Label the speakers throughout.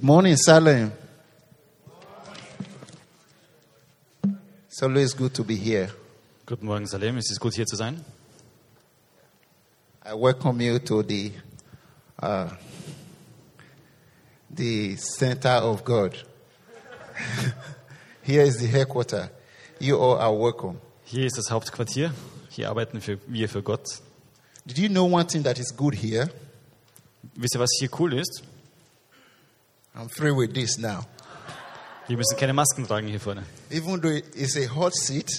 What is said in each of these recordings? Speaker 1: Morning, Salem. It's always good to be here.
Speaker 2: Guten Morgen, Salem. Es ist gut, hier zu sein.
Speaker 1: I welcome you to the uh, the center of God. here is the headquarter. You all are welcome.
Speaker 2: Hier ist das Hauptquartier. Hier arbeiten für, wir für Gott.
Speaker 1: Did you know one thing that is good here?
Speaker 2: Wisst ihr, was hier cool ist?
Speaker 1: I'm free with this now.
Speaker 2: Wir müssen keine Masken tragen hier vorne.
Speaker 1: Even though it's a hot seat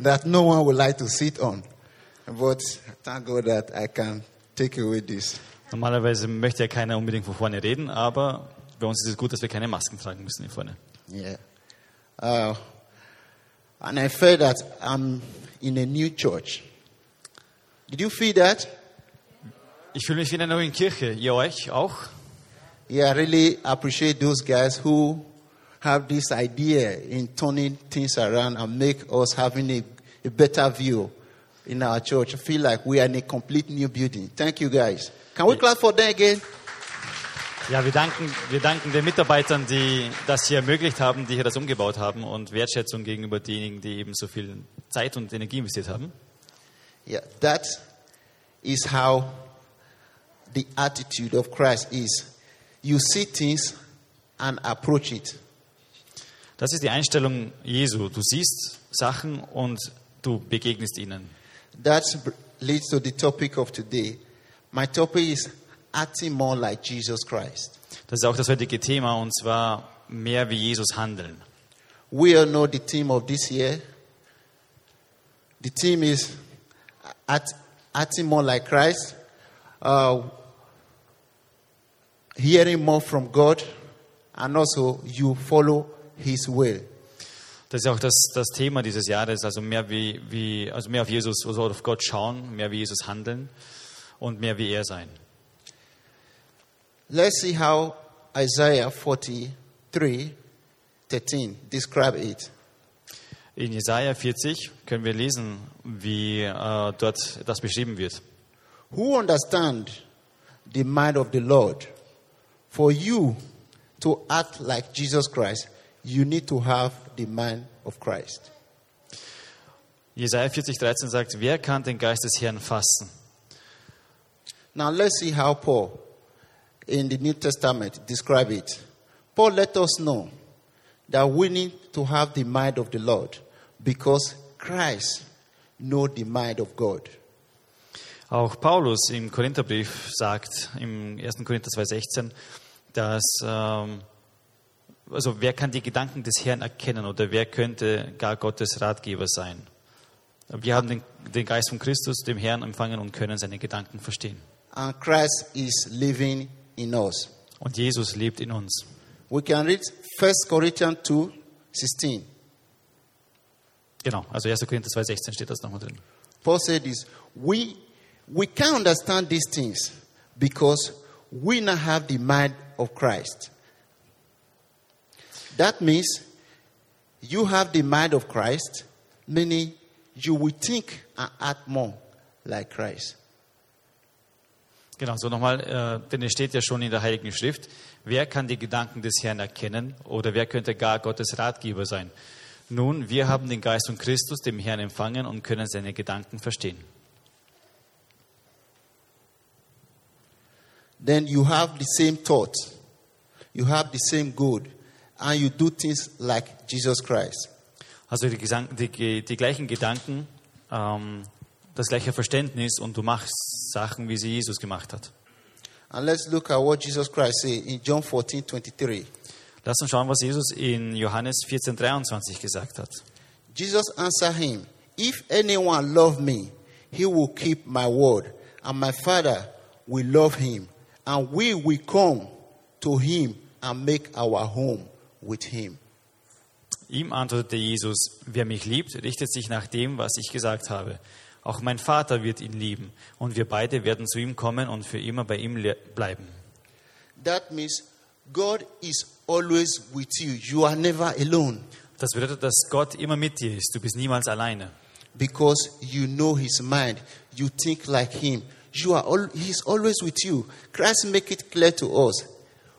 Speaker 1: that no one would like to sit on, but thank God that I can take away this.
Speaker 2: Normalerweise möchte ja keiner unbedingt von vorne reden, aber bei uns ist es gut, dass wir keine Masken tragen müssen hier vorne.
Speaker 1: Yeah. Uh, and I felt that I'm in a new church. Did you feel that?
Speaker 2: Ich fühle mich wie in einer neuen Kirche. Ihr euch auch?
Speaker 1: Yeah, I really appreciate those guys who have this idea in turning things around and make us having a, a better view in our church. I feel like we are in a complete new building. Thank you guys. Can we clap for them again?
Speaker 2: Ja, wir danken, wir danken den Mitarbeitern, die das hier ermöglicht haben, die hier das umgebaut haben und Wertschätzung gegenüber denjenigen, die eben so viel Zeit und Energie investiert haben.
Speaker 1: Yeah, that is how the attitude of Christ is. You see things and approach it.
Speaker 2: Das ist die Einstellung Jesu. Du siehst Sachen und du begegnest ihnen.
Speaker 1: That br- leads to the topic of today. My topic is acting more like Jesus Christ.
Speaker 2: Das ist auch das heutige Thema und zwar mehr wie Jesus handeln.
Speaker 1: We all know the theme of this year. The theme is act, acting more like Christ, uh, hearing more from God, and also you follow His will.
Speaker 2: Das ist auch das, das Thema dieses Jahres, also mehr, wie, wie, also mehr auf Jesus, also auf Gott schauen, mehr wie Jesus handeln und mehr wie er sein.
Speaker 1: Let's see how Isaiah 43 13 describe it.
Speaker 2: In Jesaja 40 können wir lesen, wie äh, dort das beschrieben wird.
Speaker 1: Who understand the mind of the Lord? For you to act like Jesus Christ, you need to have the mind of Christ.
Speaker 2: Jesaja 40, 13 sagt, wer kann den Geist des Herrn fassen?
Speaker 1: Now let's see how Paul in the New Testament describe it. Paul let us know that we need to have the mind of the Lord because Christ know the mind of God.
Speaker 2: Auch Paulus im Korintherbrief sagt, im 1. Korinther 2,16, dass, ähm, also wer kann die Gedanken des Herrn erkennen oder wer könnte gar Gottes Ratgeber sein? Wir haben den, den Geist von Christus, dem Herrn, empfangen und können seine Gedanken verstehen.
Speaker 1: And Christ is living in us.
Speaker 2: Und Jesus lebt in uns.
Speaker 1: We can read 1 Corinthians 2 16.
Speaker 2: Genau, also 1. Korinther 2,16 steht das nochmal drin.
Speaker 1: Paul said this we, we can understand these things because we now have the mind of Christ. That means you have the mind of Christ, meaning you will think and act more like Christ.
Speaker 2: Genau, so nochmal, äh, denn es steht ja schon in der Heiligen Schrift, wer kann die Gedanken des Herrn erkennen oder wer könnte gar Gottes Ratgeber sein? Nun, wir haben den Geist von Christus, dem Herrn, empfangen und können seine Gedanken verstehen.
Speaker 1: Then you have the same thought, you have the same good, and you do things like Jesus Christ.
Speaker 2: Also die, Gesan- die, Ge- die gleichen Gedanken, ähm, das gleiche Verständnis und du machst Sachen, wie sie Jesus gemacht hat.
Speaker 1: And let's look at what Jesus Christ said in John 14 23.
Speaker 2: Lass uns schauen, was Jesus in Johannes 14,23 gesagt hat.
Speaker 1: Jesus answered him, If anyone love me, he will keep my word, and my Father will love him, and we will come to him and make our home with him.
Speaker 2: Ihm antwortete Jesus, wer mich liebt, richtet sich nach dem, was ich gesagt habe. Auch mein Vater wird ihn lieben, und wir beide werden zu ihm kommen und für immer bei ihm le- bleiben.
Speaker 1: That means God is always with you. You are never alone
Speaker 2: Das bedeutet, dass Gott immer mit dir ist, du bist niemals alleine.
Speaker 1: because you know his mind. You think like him. You are all, he's always with you. Christ make it clear to us.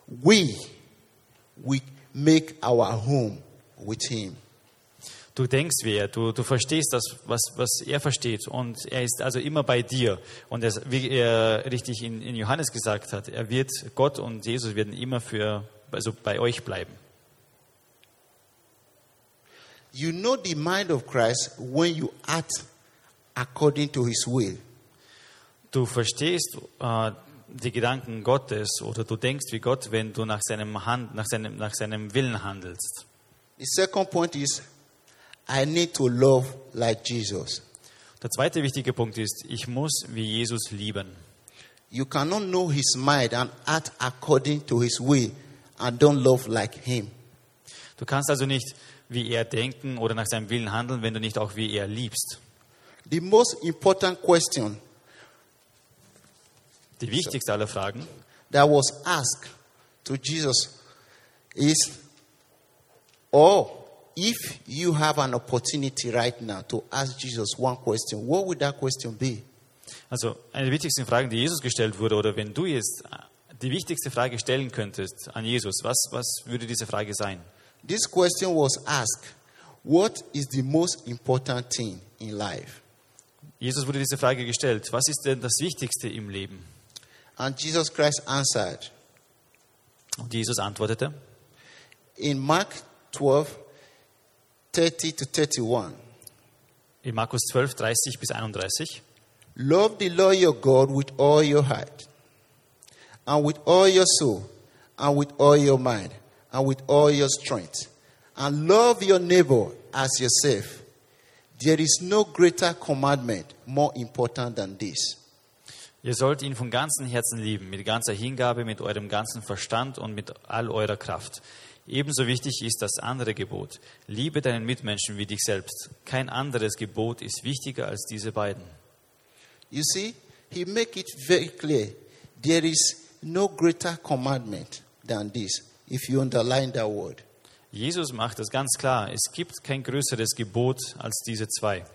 Speaker 1: We we make our home with Him.
Speaker 2: Du denkst wie er, du, du verstehst das, was, was er versteht. Und er ist also immer bei dir. Und er, wie er richtig in, in Johannes gesagt hat, er wird, Gott und Jesus werden immer für, also bei euch bleiben.
Speaker 1: You know the mind of Christ when you act according to His will.
Speaker 2: Du verstehst äh, die Gedanken Gottes oder du denkst wie Gott, wenn du nach seinem, Hand, nach seinem, nach seinem Willen handelst.
Speaker 1: The second point is I need to love like Jesus.
Speaker 2: Der zweite wichtige Punkt ist, ich muss wie Jesus lieben.
Speaker 1: You cannot know His mind and act according to His will and don't love like Him.
Speaker 2: Du kannst also nicht wie er denken oder nach seinem Willen handeln, wenn du nicht auch wie er liebst.
Speaker 1: The most important question
Speaker 2: Die wichtigste aller Fragen,
Speaker 1: that was asked to Jesus is, or if you have an opportunity right now to ask Jesus one question, what would that question be?
Speaker 2: also eine der wichtigsten Fragen, die Jesus gestellt wurde, oder wenn du jetzt die wichtigste Frage stellen könntest an Jesus, was, was würde diese Frage sein?
Speaker 1: This question was asked, what is the most important thing in life?
Speaker 2: Jesus wurde diese Frage gestellt, was ist denn das Wichtigste im Leben?
Speaker 1: And Jesus Christ answered,
Speaker 2: Und Jesus antwortete,
Speaker 1: in Mark 12, 30 to 31,
Speaker 2: in Markus 12, 30 bis 31,
Speaker 1: Love the Lord your God with all your heart, and with all your soul, and with all your mind, and with all your strength. And love your neighbor as yourself. There is no greater commandment more important than this.
Speaker 2: Ihr sollt ihn von ganzem Herzen lieben, mit ganzer Hingabe, mit eurem ganzen Verstand und mit all eurer Kraft. Ebenso wichtig ist das andere Gebot. Liebe deinen Mitmenschen wie dich selbst. Kein anderes Gebot ist wichtiger als diese beiden.
Speaker 1: You see, he make it very clear. There is no greater commandment than this, if you underline that word.
Speaker 2: Jesus macht das ganz klar. Es gibt kein größeres Gebot als diese zwei.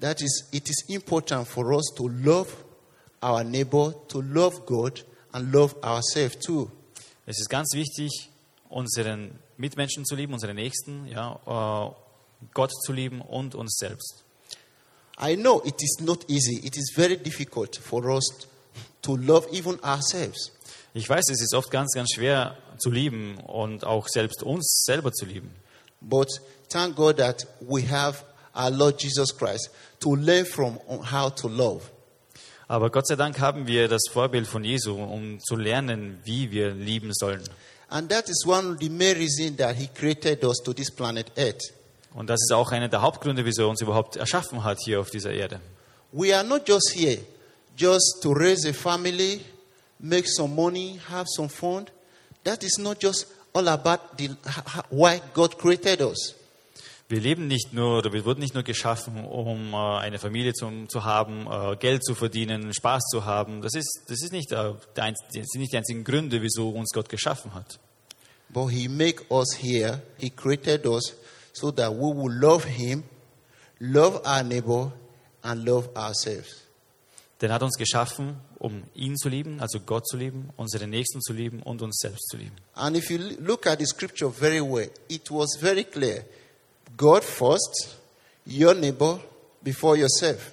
Speaker 1: That is, it is important for us to love our neighbor, to love God, and love ourselves too.
Speaker 2: Es ist ganz wichtig, unseren Mitmenschen zu lieben, unsere Nächsten, ja, äh, Gott zu lieben und uns selbst.
Speaker 1: I know it is not easy. It is very difficult for us to love even ourselves.
Speaker 2: Ich weiß, es ist oft ganz, ganz schwer zu lieben und auch selbst uns selber zu lieben.
Speaker 1: But thank God that we have our Lord Jesus Christ to learn from on how to love.
Speaker 2: Aber Gott sei Dank haben wir das Vorbild von Jesu, um zu lernen, wie wir lieben sollen.
Speaker 1: And that is one of the main reasons that He created us to this planet Earth.
Speaker 2: Und das ist auch einer der Hauptgründe, wieso er uns überhaupt erschaffen hat hier auf dieser Erde.
Speaker 1: We are not just here just to raise a family, make some money, have some fun. That is not just all about the, why God created us.
Speaker 2: Wir leben nicht nur, oder wir wurden nicht nur geschaffen, um äh, eine Familie zum, zu haben, äh, Geld zu verdienen, Spaß zu haben. Das, ist, das, ist nicht, äh, der einz- das sind nicht die einzigen Gründe, wieso uns Gott geschaffen hat.
Speaker 1: But he make us here. He created us so that we will love him, love our neighbor, and love ourselves.
Speaker 2: Denn er hat uns geschaffen, um ihn zu lieben, also Gott zu lieben, unsere Nächsten zu lieben und uns selbst zu lieben.
Speaker 1: And if you l- look at the scripture very well, it was very clear. God first, your neighbor before yourself.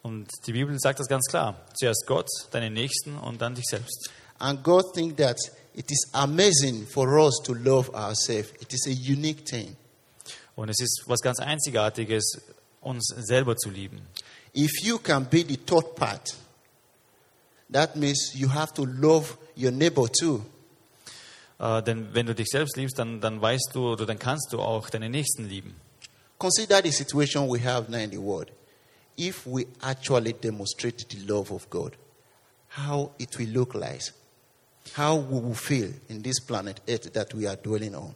Speaker 2: Und die Bibel sagt das ganz klar. Zuerst Gott, deine Nächsten und dann dich selbst.
Speaker 1: And God think that it is amazing for us to love ourselves. It is a unique thing.
Speaker 2: Und es ist was ganz Einzigartiges, uns selber zu lieben.
Speaker 1: If you can be the third part, that means you have to love your neighbor too.
Speaker 2: Äh, denn wenn du dich selbst liebst, dann, dann weißt du oder dann kannst du auch deine Nächsten lieben.
Speaker 1: Consider the situation we have now in the world. If we actually demonstrate the love of God, how it will look like, how we will feel in this planet Earth that we are dwelling on.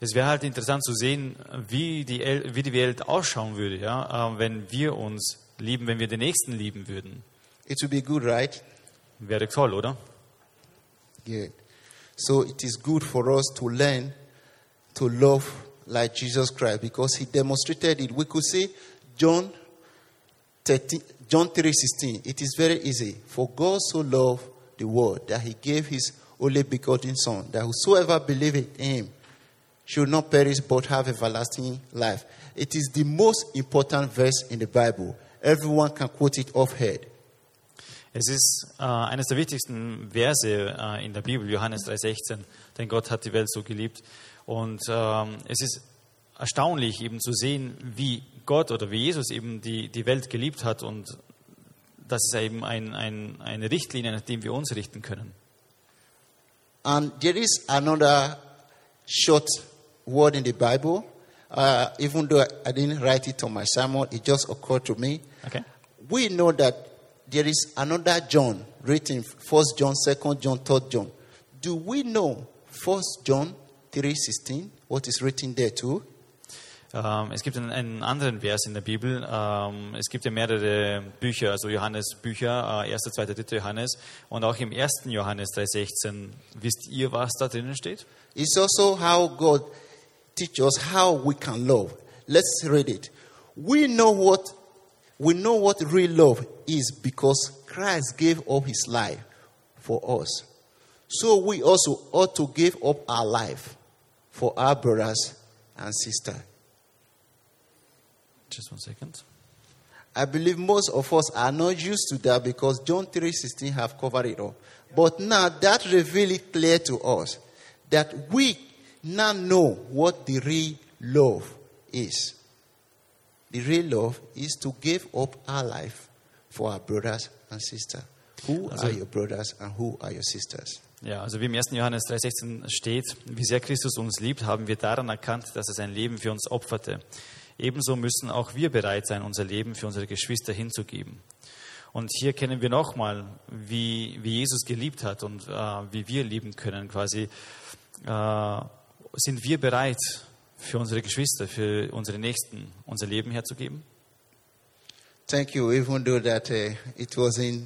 Speaker 2: Es wäre halt interessant zu sehen, wie die, El wie die Welt ausschauen würde, ja? äh, wenn wir uns lieben, wenn wir den Nächsten lieben würden.
Speaker 1: It will be good, right?
Speaker 2: Wäre toll, oder?
Speaker 1: Good. So it is good for us to learn to love like Jesus Christ because he demonstrated it. We could say John 13, John 3:16. It is very easy. For God so loved the world that he gave his only begotten Son, that whosoever believeth in him should not perish but have everlasting life. It is the most important verse in the Bible. Everyone can quote it off head.
Speaker 2: Es ist äh, eines der wichtigsten Verse äh, in der Bibel, Johannes 3,16, denn Gott hat die Welt so geliebt. Und ähm, es ist erstaunlich eben zu sehen, wie Gott oder wie Jesus eben die, die Welt geliebt hat und das ist eben ein, ein, eine Richtlinie, nach dem wir uns richten können.
Speaker 1: And there is another short word in the Bible. Uh, even though I didn't write it on my sermon, it just occurred to me.
Speaker 2: Okay.
Speaker 1: We know that there is another John written, First John, Second John, Third John. Do we know First John three sixteen? What is written there too?
Speaker 2: Ähm, es gibt einen, einen anderen Vers in der Bibel. Ähm, es gibt ja mehrere Bücher, also Johannes-Bücher, äh, 1., 2., 3. Johannes. Und auch im 1. Johannes 3,16, wisst ihr, was da drinnen steht?
Speaker 1: It's also how God teaches us how we can love. Let's read it. We know what we know what real love is because Christ gave up his life for us. So we also ought to give up our life for our brothers and sisters.
Speaker 2: Just one second.
Speaker 1: I believe most of us are not used to that because John 3:16 have covered it up. But now that reveal it clear to us that we now know what the real love is. The real love is to give up our life for our brothers and sisters. Who
Speaker 2: Also-
Speaker 1: are your brothers and who are your sisters?
Speaker 2: Ja, also wie im 1. Johannes 3,16 steht, wie sehr Christus uns liebt, haben wir daran erkannt, dass er sein Leben für uns opferte. Ebenso müssen auch wir bereit sein, unser Leben für unsere Geschwister hinzugeben. Und hier kennen wir nochmal, wie, wie Jesus geliebt hat und äh, wie wir lieben können quasi. Äh, sind wir bereit, für unsere Geschwister, für unsere Nächsten unser Leben herzugeben?
Speaker 1: Thank you, even though that uh, it wasn't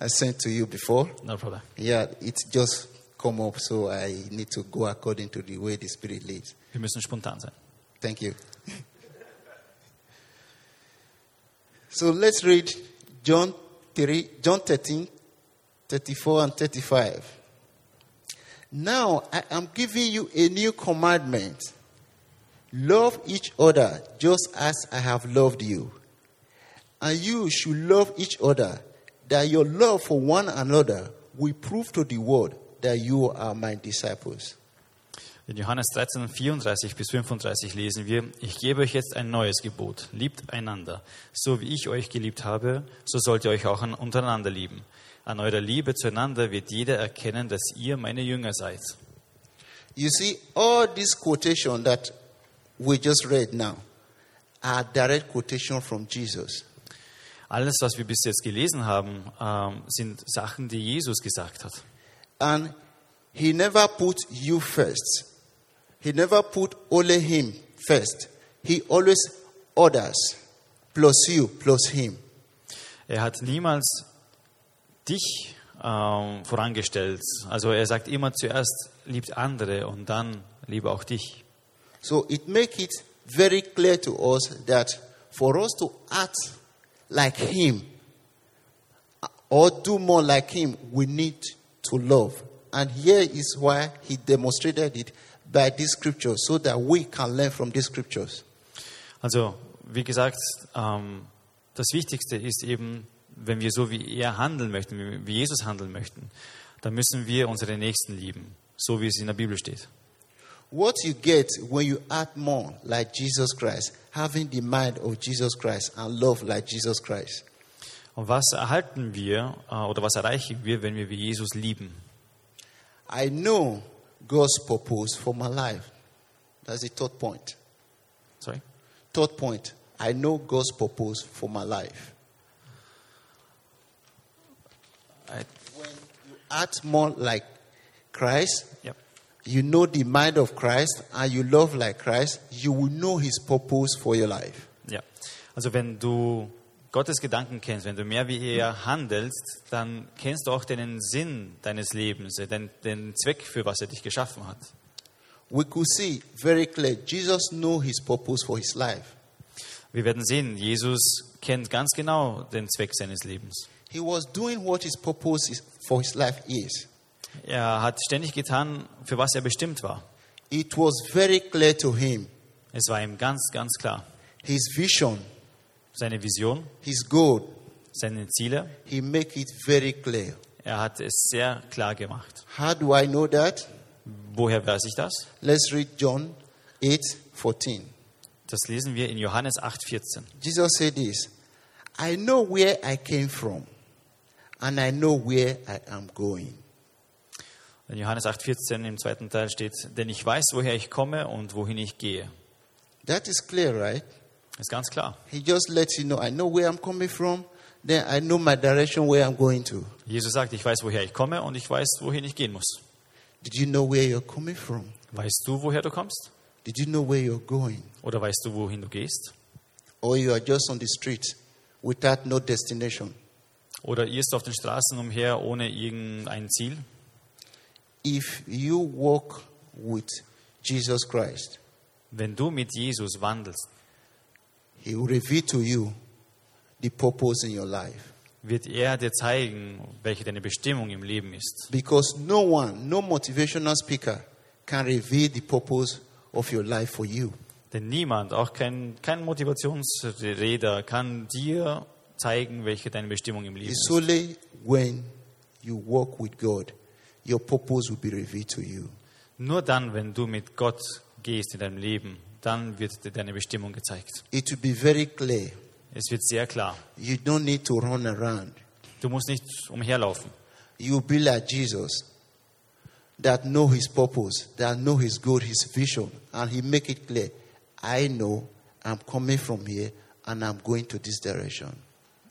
Speaker 1: uh, sent to you before.
Speaker 2: No problem.
Speaker 1: Yeah, it just come up, so I need to go according to the way the Spirit leads.
Speaker 2: Wir müssen spontan sein.
Speaker 1: Thank you. so let's read John 3, John 13, 34 and 35. Now I am giving you a new commandment. Love each other just as I have loved you. And you should love each other, that your love for one another will prove to the world that you are my disciples.
Speaker 2: In Johannes 13, 34 bis 35 lesen wir, ich gebe euch jetzt ein neues Gebot, liebt einander. So wie ich euch geliebt habe, so sollt ihr euch auch an, untereinander lieben. An eurer Liebe zueinander wird jeder erkennen, dass ihr meine Jünger seid.
Speaker 1: You see, all this quotation that we just read now are direct quotation from Jesus.
Speaker 2: Alles, was wir bis jetzt gelesen haben, ähm, sind Sachen, die Jesus gesagt hat.
Speaker 1: And he never put you first. He never put only him first. He always others plus you plus him.
Speaker 2: Er hat niemals dich ähm, vorangestellt. Also er sagt immer zuerst, liebt andere und dann liebe auch dich.
Speaker 1: So it makes it very clear to us that for us to act like him or do more like him, we need to love. And here is why he demonstrated it by these scriptures so that we can learn from these scriptures.
Speaker 2: Also, wie gesagt, ähm, das Wichtigste ist eben, wenn wir so wie er handeln möchten, wie- wie Jesus handeln möchten, dann müssen wir unsere Nächsten lieben, so wie es in der Bibel steht.
Speaker 1: What you get when you act more like Jesus Christ, having the mind of Jesus Christ and love like Jesus Christ.
Speaker 2: Und was erhalten wir äh, oder was erreichen wir, wenn wir wie Jesus lieben?
Speaker 1: I know God's purpose for my life. That's the third point.
Speaker 2: Sorry.
Speaker 1: Third point, I know God's purpose for my life.
Speaker 2: I,
Speaker 1: Act more like Christ.
Speaker 2: ja.
Speaker 1: You know the mind of Christ and you love like Christ. You will know his purpose for your life.
Speaker 2: ja. Also, wenn du Gottes Gedanken kennst, wenn du mehr wie er handelst, dann kennst du auch den Sinn deines Lebens, äh, den, den Zweck, für was er dich geschaffen hat.
Speaker 1: We could see very clear Jesus knew his purpose for his life.
Speaker 2: Wir werden sehen, Jesus kennt ganz genau den Zweck seines Lebens.
Speaker 1: He was doing what his purpose is, for his life is.
Speaker 2: Er hat ständig getan, für was er bestimmt war.
Speaker 1: It was very clear to him
Speaker 2: Es war ihm ganz, ganz klar.
Speaker 1: his vision,
Speaker 2: Seine Vision,
Speaker 1: his goal.
Speaker 2: seine Ziele,
Speaker 1: He make it very clear.
Speaker 2: er hat es sehr klar gemacht.
Speaker 1: How do I know that?
Speaker 2: Woher weiß ich das?
Speaker 1: Let's read John 8 14.
Speaker 2: Das lesen wir in Johannes 8,14.
Speaker 1: Jesus said this I know where I came from, and I know where I am going.
Speaker 2: In Johannes 8,14 im zweiten Teil steht, denn ich weiß, woher ich komme und wohin ich gehe.
Speaker 1: That is clear, right?
Speaker 2: Ist ganz klar.
Speaker 1: He just lets you know I know where I'm coming from, then I know my direction where I'm going to.
Speaker 2: Jesus sagt, ich weiß, woher ich komme und ich weiß, wohin ich gehen muss.
Speaker 1: Did you know where you're coming from?
Speaker 2: Weißt du, woher du kommst?
Speaker 1: Did you know where you're going?
Speaker 2: Oder weißt du, wohin du gehst?
Speaker 1: Or you are just on the street without no destination.
Speaker 2: Oder irrst du auf den Straßen umher ohne irgendein Ziel?
Speaker 1: If you walk with Jesus Christ,
Speaker 2: Wenn du mit Jesus wandelst,
Speaker 1: He will reveal to you the purpose in your life.
Speaker 2: wird er dir zeigen, welche deine Bestimmung im Leben ist.
Speaker 1: Because no one, no motivational speaker can reveal the purpose of your life for you.
Speaker 2: Denn niemand, auch kein, kein Motivationsreder, kann dir zeigen, welche deine Bestimmung im Leben
Speaker 1: It's
Speaker 2: ist.
Speaker 1: only when you walk with God, your purpose will be revealed to you.
Speaker 2: Nur dann, wenn du mit Gott gehst in deinem Leben, dann wird dir deine Bestimmung gezeigt.
Speaker 1: It will be very clear.
Speaker 2: Es wird sehr klar.
Speaker 1: You don't need to run around.
Speaker 2: Du musst nicht umherlaufen.
Speaker 1: You'll be like Jesus that know his purpose, that know his goal, his vision, and he make it clear. I know I'm coming from here and I'm going to this direction.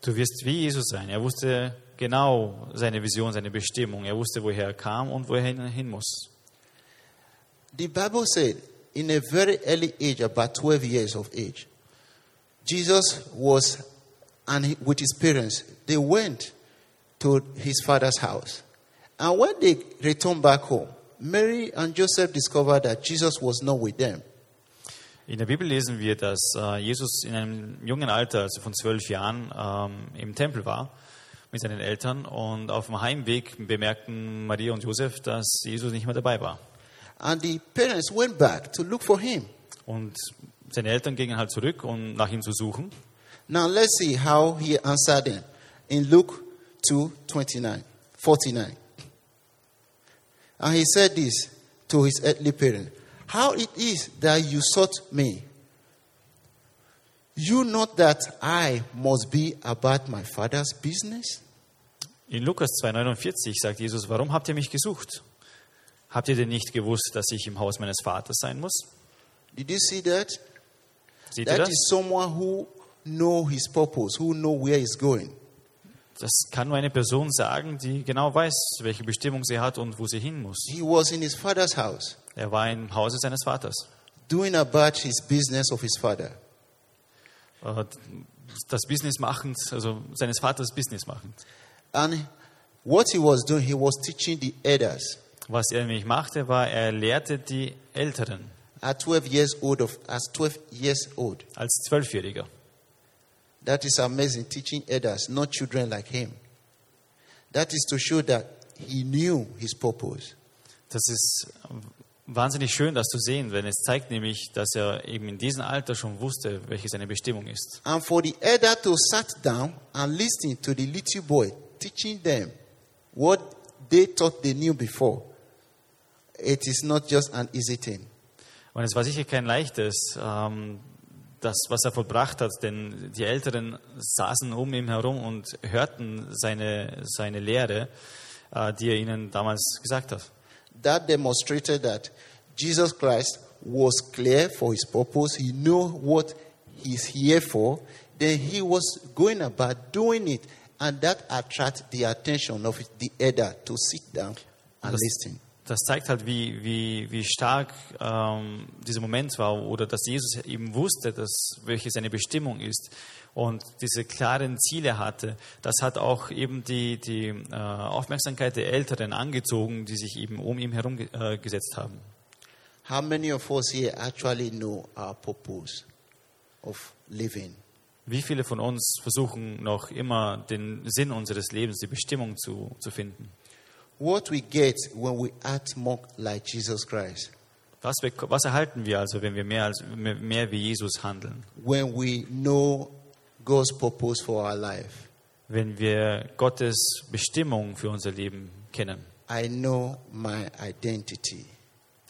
Speaker 2: Du wirst wie Jesus sein. Er wusste genau seine Vision, seine Bestimmung. Er wusste, woher er kam und wohin er hin muss.
Speaker 1: The Bible said in a very early age, about 12 years of age, Jesus was and he, with his parents, they went to his father's house. And when they returned back home, Mary and Joseph discovered that Jesus was not with them.
Speaker 2: In der Bibel lesen wir, dass äh, Jesus in einem jungen Alter, also von zwölf Jahren, ähm, im Tempel war mit seinen Eltern und auf dem Heimweg bemerkten Maria und Josef, dass Jesus nicht mehr dabei war.
Speaker 1: And the parents went back to look for him.
Speaker 2: Und seine Eltern gingen halt zurück, um nach ihm zu suchen.
Speaker 1: Now let's see how he answered them in Luke 2 29, 49. And he said this to his earthly parents How it is that you sought me? You know that I must be about my father's business?
Speaker 2: In Lukas 2,49 sagt Jesus, warum habt ihr mich gesucht? Habt ihr denn nicht gewusst, dass ich im Haus meines Vaters sein muss?
Speaker 1: Did you see that?
Speaker 2: Seht ihr
Speaker 1: That
Speaker 2: das?
Speaker 1: is someone who know his purpose, who know where he's going.
Speaker 2: Das kann nur eine Person sagen, die genau weiß, welche Bestimmung sie hat und wo sie hin muss.
Speaker 1: He was in his father's house
Speaker 2: Er war im Hause seines Vaters.
Speaker 1: doing about his business of his father.
Speaker 2: Äh, Das Business machend, also seines Vaters Business machend.
Speaker 1: And what he was doing, he was teaching the elders.
Speaker 2: Was er nämlich machte, war, er lehrte die Älteren
Speaker 1: At 12 years old, of, as 12 years old,
Speaker 2: als Zwölfjähriger.
Speaker 1: that is amazing. Teaching elders, not children like him. That is to show that he knew his purpose.
Speaker 2: Das ist wahnsinnig schön, das zu sehen, denn es zeigt nämlich, dass er eben in diesem Alter schon wusste, welche seine Bestimmung ist.
Speaker 1: And for the elder to sat down and listen to the little boy teaching them what they thought they knew before, it is not just an easy thing.
Speaker 2: Und es war sicher kein leichtes, ähm, das, was er vollbracht hat, denn die Älteren saßen um ihn herum und hörten seine, seine Lehre, äh, die er ihnen damals gesagt hat.
Speaker 1: That demonstrated that Jesus Christ was clear for his purpose. He knew what he's here for. Then he was going about doing it. And that attracted the attention of the elder to sit down and
Speaker 2: Das-
Speaker 1: listen.
Speaker 2: Das zeigt halt, wie, wie, wie stark ähm, dieser Moment war oder dass Jesus eben wusste, dass, welche seine Bestimmung ist und diese klaren Ziele hatte. Das hat auch eben die, die äh, Aufmerksamkeit der Älteren angezogen, die sich eben um ihn herum ge- äh, gesetzt haben.
Speaker 1: How many of us here actually know our purpose of living?
Speaker 2: Wie viele von uns versuchen noch immer den Sinn unseres Lebens, die Bestimmung zu, zu finden?
Speaker 1: What we get when we act more like Jesus Christ,
Speaker 2: Was, wir, was erhalten wir also, wenn wir mehr, als, mehr- mehr wie Jesus handeln?
Speaker 1: when we know God's purpose for our life.
Speaker 2: Wenn wir Gottes Bestimmung für unser Leben kennen.
Speaker 1: I know my identity.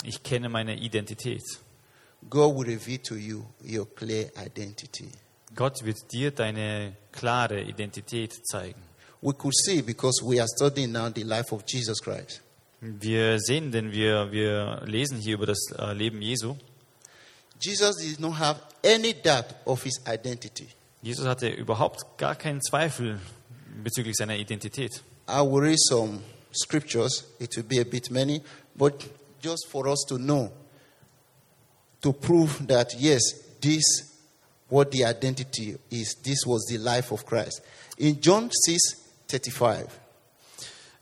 Speaker 2: Ich kenne meine Identität.
Speaker 1: God will reveal to you your clear identity.
Speaker 2: Gott wird dir deine klare Identität zeigen.
Speaker 1: We could see because we are studying now the life of Jesus Christ.
Speaker 2: Wir sehen, denn wir, wir lesen hier über das äh, Leben Jesu.
Speaker 1: Jesus did not have any doubt of his identity.
Speaker 2: Jesus hatte überhaupt gar keinen Zweifel bezüglich seiner Identität.
Speaker 1: I will read some scriptures. It will be a bit many, but just for us to know, to prove that yes, this what the identity is. This was the life of Christ. In John 6 35,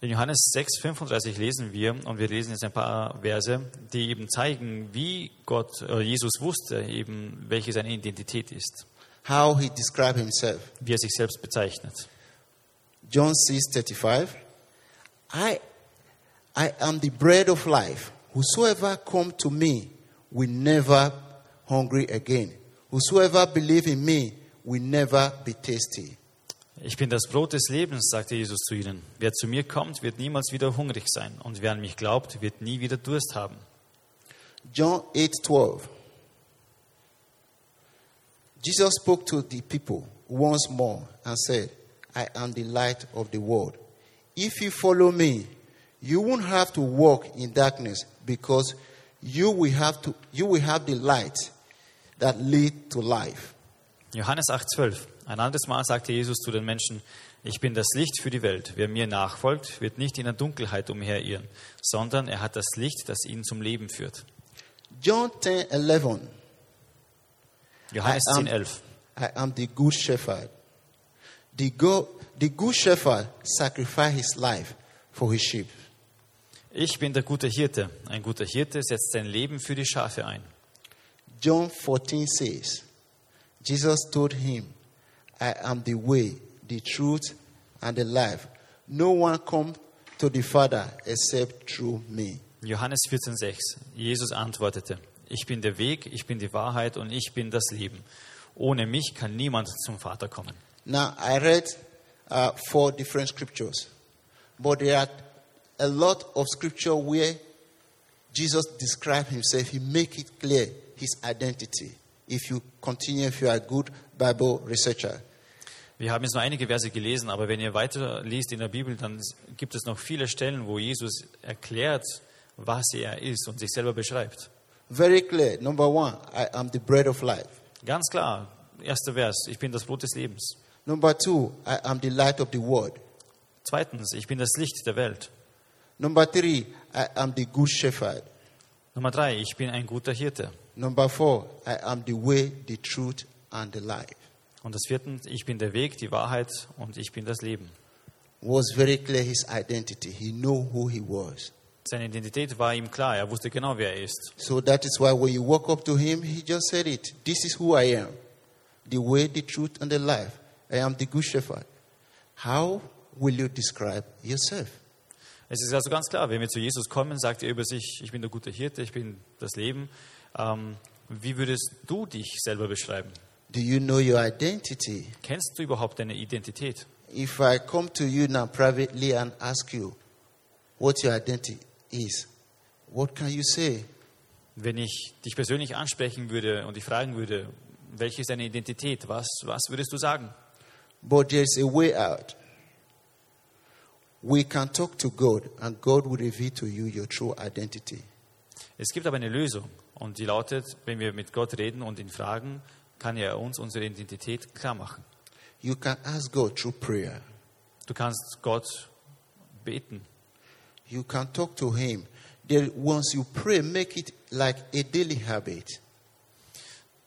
Speaker 2: In Johannes 6, 35 lesen wir, und wir lesen jetzt ein paar Verse, die eben zeigen, wie Gott, äh, Jesus wusste, eben, welche seine Identität ist,
Speaker 1: how he described himself.
Speaker 2: wie er sich selbst bezeichnet.
Speaker 1: John 6 35. I, I am the bread of life. Whosoever come to me will never hungry again. Whosoever believe in me will never be thirsty.
Speaker 2: Ich bin das Brot des Lebens, sagte Jesus zu ihnen. Wer zu mir kommt, wird niemals wieder hungrig sein, und wer an mich glaubt, wird nie wieder Durst haben.
Speaker 1: John 8 12. Jesus spoke to the people once more and said, I am the light of the world. If you follow me, you won't have to walk in darkness because you will have, to, you will have the light that lead to life.
Speaker 2: Johannes 8,12. Ein anderes Mal sagte Jesus zu den Menschen: Ich bin das Licht für die Welt. Wer mir nachfolgt, wird nicht in der Dunkelheit umherirren, sondern er hat das Licht, das ihn zum Leben führt.
Speaker 1: John 10 11.
Speaker 2: Johannes
Speaker 1: I am-
Speaker 2: 10,11.
Speaker 1: I am the good shepherd. The, go, the good shepherd sacrificed his life for his sheep.
Speaker 2: Ich bin der gute Hirte. Ein guter Hirte setzt sein Leben für die Schafe ein.
Speaker 1: John 14 says, Jesus told him, I am the way, the truth, and the life. No one comes to the Father except through me.
Speaker 2: Johannes 14,6. Jesus antwortete: Ich bin der Weg, ich bin die Wahrheit und ich bin das Leben. Ohne mich kann niemand zum Vater kommen.
Speaker 1: Now, I read uh, four different scriptures, but there are a lot of scripture where Jesus describes himself. He makes it clear his identity. If you continue, if you are a good Bible researcher.
Speaker 2: Wir haben jetzt nur einige Verse gelesen, aber wenn ihr weiter liest in der Bibel, dann gibt es noch viele Stellen, wo Jesus erklärt, was er ist und sich selber beschreibt.
Speaker 1: Very clear. Number one, I am the bread of life.
Speaker 2: Ganz klar, erster Vers, ich bin das Brot des Lebens.
Speaker 1: Number two, I am the light of the world.
Speaker 2: Zweitens, ich bin das Licht der Welt.
Speaker 1: Number three, I am the good shepherd.
Speaker 2: Nummer drei, ich bin ein guter Hirte.
Speaker 1: Number four, I am the way, the truth, and the life.
Speaker 2: Und das vierte, ich bin der Weg, die Wahrheit und ich bin das Leben.
Speaker 1: Was very clear his identity. He knew who he was.
Speaker 2: Seine Identität war ihm klar, er wusste genau, wer er ist.
Speaker 1: So that is why when you walk up to him, he just said it. This is who I am. The way, the truth, and the life. I am the good shepherd. How will you describe yourself?
Speaker 2: Es ist also ganz klar, wenn wir zu Jesus kommen, sagt er über sich, ich bin der gute Hirte, ich bin das Leben. Ähm, wie würdest du dich selber beschreiben?
Speaker 1: Do you know your identity?
Speaker 2: Kennst du überhaupt deine Identität?
Speaker 1: If I come to you now privately and ask you what your identity is, what can you say?
Speaker 2: Wenn ich dich persönlich ansprechen würde und dich fragen würde, welche ist deine Identität? Was, was würdest du sagen?
Speaker 1: But there's a way out. We can talk to God, and God will reveal to you your true identity.
Speaker 2: Es gibt aber eine Lösung und die lautet, wenn wir mit Gott reden und ihn fragen, kann er uns unsere Identität klar machen.
Speaker 1: You can ask God through prayer.
Speaker 2: Du kannst Gott beten.
Speaker 1: You can talk to Him. Then once you pray, make it like a daily habit.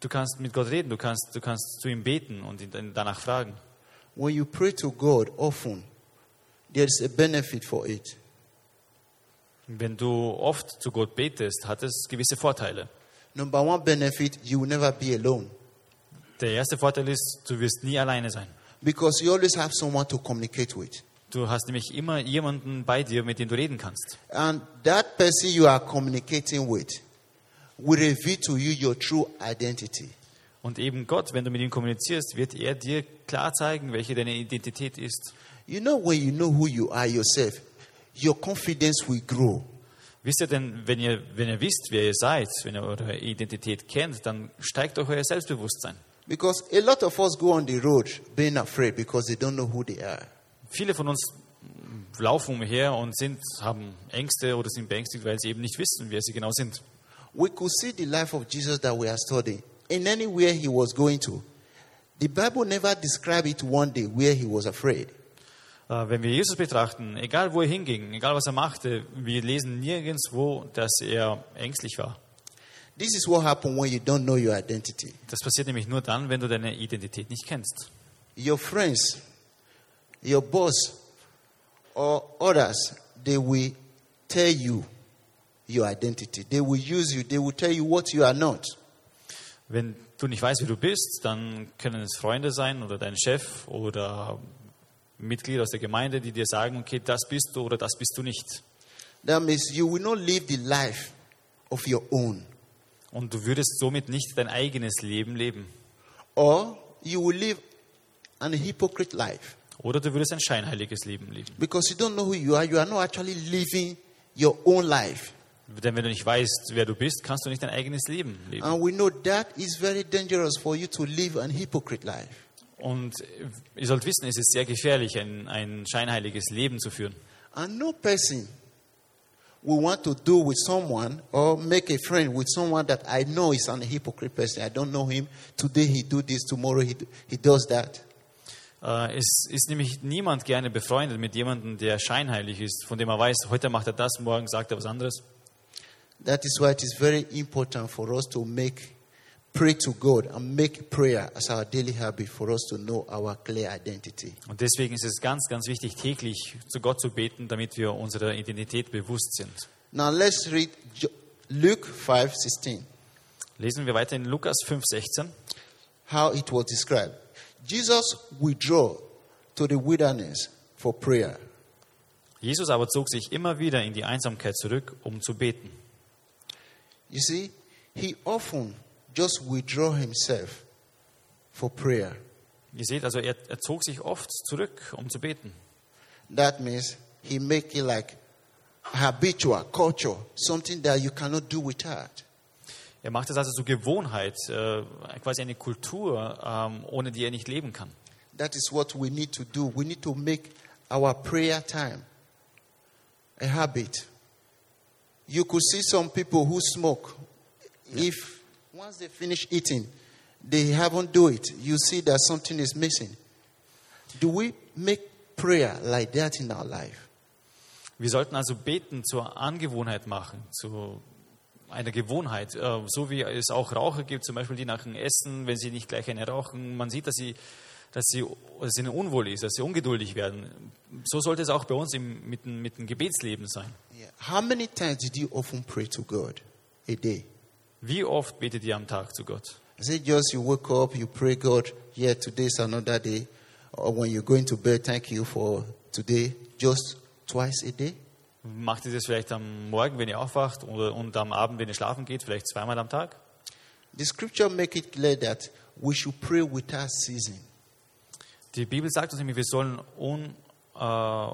Speaker 2: Du kannst mit Gott reden, du kannst, du kannst zu ihm beten und ihn dann danach fragen.
Speaker 1: When you pray to God often, there's a benefit for it.
Speaker 2: Wenn du oft zu Gott betest, hat es gewisse Vorteile.
Speaker 1: Number one benefit, you will never be alone
Speaker 2: Der erste Vorteil ist, du wirst nie alleine sein,
Speaker 1: because you always have someone to communicate with.
Speaker 2: Du hast nämlich immer jemanden bei dir, mit dem du reden kannst.
Speaker 1: And that person you are communicating with will reveal to you your true identity.
Speaker 2: Und eben Gott, wenn du mit ihm kommunizierst, wird er dir klar zeigen, welche deine Identität ist.
Speaker 1: You know, when you know who you are yourself, your confidence will grow.
Speaker 2: Wisst ihr denn, wenn ihr, wenn ihr wisst, wer ihr seid, wenn ihr eure Identität kennt, dann steigt auch euer Selbstbewusstsein.
Speaker 1: Because a lot of us go on the road being afraid because they don't know who they are.
Speaker 2: Viele von uns laufen umher und sind, haben Ängste oder sind beängstigt, weil sie eben nicht wissen, wer sie genau sind.
Speaker 1: We could see the life of Jesus that we are studying in anywhere he was going to. The Bible never described it one day where he was afraid.
Speaker 2: Äh, Wenn wir Jesus betrachten, egal wo er hinging, egal was er machte, wir lesen nirgendwo, dass er ängstlich war.
Speaker 1: This is what happens when you don't know your identity.
Speaker 2: Das passiert nämlich nur dann, wenn du deine Identität nicht kennst.
Speaker 1: Your friends, your boss, or others, they will tell you your identity. They will use you, they will tell you what you are not.
Speaker 2: Wenn du nicht weißt, wer du bist, dann können es Freunde sein oder dein Chef oder Mitglieder aus der Gemeinde, die dir sagen, okay, das bist du oder das bist du nicht.
Speaker 1: That means you will not live the life of your own,
Speaker 2: Und du würdest somit nicht dein eigenes Leben leben.
Speaker 1: or you will live an hypocrite life.
Speaker 2: Oder du würdest ein scheinheiliges Leben leben.
Speaker 1: Because you don't know who you are, you are not actually living your own life.
Speaker 2: Denn wenn du nicht weißt, wer du bist, kannst du nicht dein eigenes Leben leben.
Speaker 1: And we know that is very dangerous for you to live an hypocrite life.
Speaker 2: Und ihr sollt wissen, es ist sehr gefährlich, ein, ein scheinheiliges Leben zu führen.
Speaker 1: And no person will want to do with someone or make a friend with someone that I know is an hypocrite person. I don't know him. Today he do this, tomorrow he, do, he does that.
Speaker 2: Äh, Es ist nämlich niemand gerne befreundet mit jemandem, der scheinheilig ist, von dem er weiß, heute macht er das, morgen sagt er was anderes.
Speaker 1: That is why it is very important for us to make pray to God and make prayer as our daily habit for us to know our clear identity.
Speaker 2: Und deswegen ist es ganz, ganz wichtig, täglich zu Gott zu beten, damit wir unserer Identität bewusst sind.
Speaker 1: Now let's read Jo- Luke 5:16.
Speaker 2: Lesen wir weiter in Lukas 5,16.
Speaker 1: how it was described. Jesus withdrew to the wilderness for prayer.
Speaker 2: Jesus aber zog sich immer wieder in die Einsamkeit zurück, um zu beten.
Speaker 1: You see, he often just withdraw himself for prayer.
Speaker 2: Ihr seht also, er, er zog sich oft zurück, um zu beten.
Speaker 1: That means he make it like habitual culture, something that you cannot do without.
Speaker 2: Er macht es also zur Gewohnheit, äh, quasi eine Kultur, ähm, ohne die er nicht leben kann.
Speaker 1: That is what we need to do. We need to make our prayer time a habit. You could see some people who smoke. If once they finish eating, they haven't do it, you see that something is missing. Do we make prayer like that in our life?
Speaker 2: Wir sollten also Beten zur Angewohnheit machen, zu einer Gewohnheit, äh, so wie es auch Raucher gibt, zum Beispiel die nach dem Essen, wenn sie nicht gleich eine rauchen, man sieht, dass sie, dass sie, dass ihnen unwohl ist, dass sie ungeduldig werden. So sollte es auch bei uns im, mit, dem- mit dem Gebetsleben sein.
Speaker 1: Yeah. How many times did you often pray to God a day?
Speaker 2: Wie oft betet ihr am Tag zu Gott?
Speaker 1: Is it just you wake up, you pray, God, yeah, today's another day? Or when you're going to bed, thank you for today, just twice a day?
Speaker 2: Macht ihr das vielleicht am Morgen, wenn ihr aufwacht oder, und am Abend, wenn ihr schlafen geht, vielleicht zweimal am Tag?
Speaker 1: The scripture make it clear that we should pray without ceasing.
Speaker 2: Die Bibel sagt uns nämlich, wir sollen un, äh,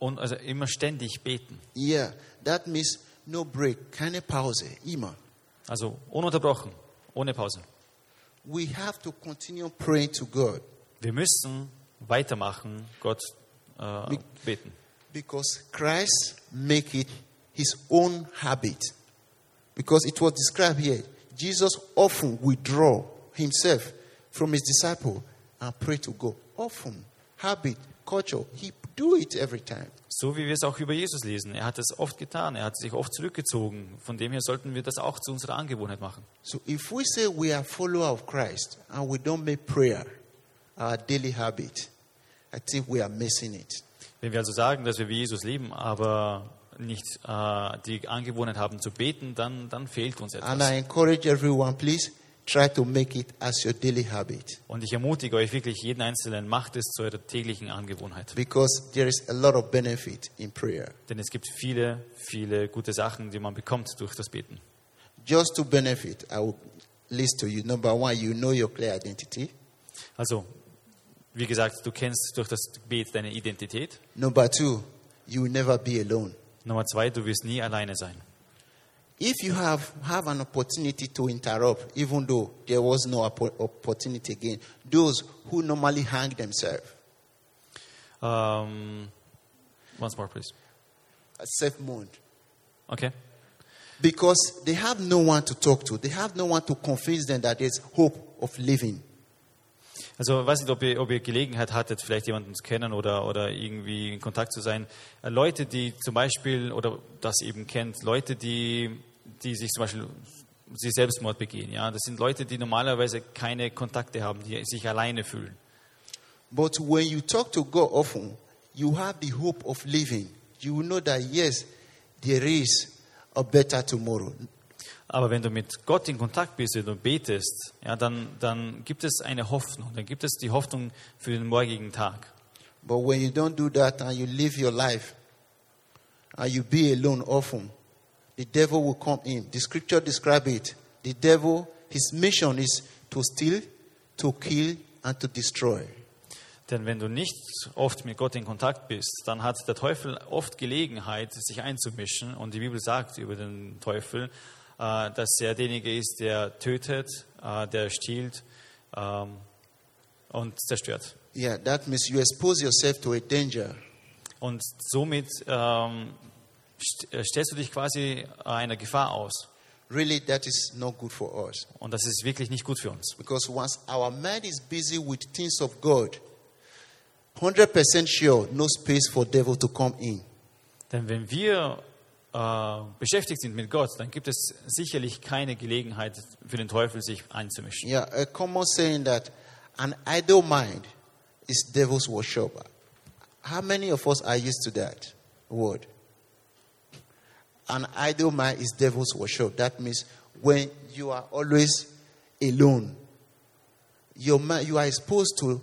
Speaker 2: un, also immer ständig beten.
Speaker 1: Yeah, that means no break, keine Pause, immer.
Speaker 2: Also ununterbrochen, ohne Pause.
Speaker 1: We have to continue praying to God
Speaker 2: Wir müssen weitermachen, Gott äh, beten.
Speaker 1: because Christ make it his own habit. Because it was described here, Jesus often withdraw himself from his disciple and pray to God. Often, habit, culture, he do it every time.
Speaker 2: So wie wir es auch über Jesus lesen. Er hat es oft getan, er hat sich oft zurückgezogen. Von dem her sollten wir das auch zu unserer Angewohnheit machen.
Speaker 1: So if we say we are follower of Christ and we don't make prayer our daily habit, I think we are missing it.
Speaker 2: Wenn wir also sagen, dass wir wie Jesus leben, aber nicht äh, die Angewohnheit haben zu beten, dann, dann fehlt uns
Speaker 1: And
Speaker 2: etwas.
Speaker 1: I encourage everyone, please Try to make it as your daily habit
Speaker 2: Und ich ermutige euch wirklich, jeden Einzelnen, macht es zu eurer täglichen Angewohnheit.
Speaker 1: because there is a lot of benefit in prayer.
Speaker 2: Denn es gibt viele, viele gute Sachen, die man bekommt durch das Beten.
Speaker 1: Just two benefit I will list to you. Number one, you know your clear identity.
Speaker 2: Also, wie gesagt, du kennst durch das Gebet deine Identität.
Speaker 1: Number two, you will never be alone.
Speaker 2: Nummer zwei, du wirst nie alleine sein.
Speaker 1: If you have, have an opportunity to interrupt, even though there was no oppo- opportunity again, those who normally hang themselves,
Speaker 2: Ähm, once more, please.
Speaker 1: self mourned,
Speaker 2: Okay.
Speaker 1: because they have no one to talk to, they have no one to convince them that there's hope of living.
Speaker 2: Also ich weiß nicht, ob ihr, ob ihr Gelegenheit hattet, vielleicht jemanden zu kennen oder, oder irgendwie in Kontakt zu sein. Äh, Leute, die zum Beispiel, oder das eben kennt, Leute, die, die sich zum Beispiel sie Selbstmord begehen. Ja? Das sind Leute, die normalerweise keine Kontakte haben, die sich alleine fühlen.
Speaker 1: But when you talk to God often, you have the hope of living. You will know that, yes, there is a better tomorrow.
Speaker 2: Aber wenn du mit Gott in Kontakt bist und du betest, ja, dann, dann gibt es eine Hoffnung, dann gibt es die Hoffnung für den morgigen Tag.
Speaker 1: But when you don't do that and you live your life and you be alone often, the devil will come in. The scripture describe it. The devil, his mission is to steal, to kill, and to destroy.
Speaker 2: Denn wenn du nicht oft mit Gott in Kontakt bist, dann hat der Teufel oft Gelegenheit, sich einzumischen. Und die Bibel sagt über den Teufel, äh, dass er derjenige ist, der tötet, äh, der stiehlt ähm, und zerstört.
Speaker 1: Yeah, that means you expose yourself to a danger.
Speaker 2: Und somit ähm, st- äh, stellst du dich quasi einer Gefahr aus.
Speaker 1: Really, that is not good for us.
Speaker 2: Und das ist wirklich nicht gut für uns.
Speaker 1: Because once our mind is busy with things of God, 100% sure, no space for devil to come in.
Speaker 2: Denn wenn wir äh, beschäftigt sind mit Gott, dann gibt es sicherlich keine Gelegenheit für den Teufel, sich einzumischen.
Speaker 1: Yeah, a common saying that an idle mind is devil's workshop. How many of us are used to that word? An idle mind is devil's workshop. That means when you are always alone, your mind, you are exposed to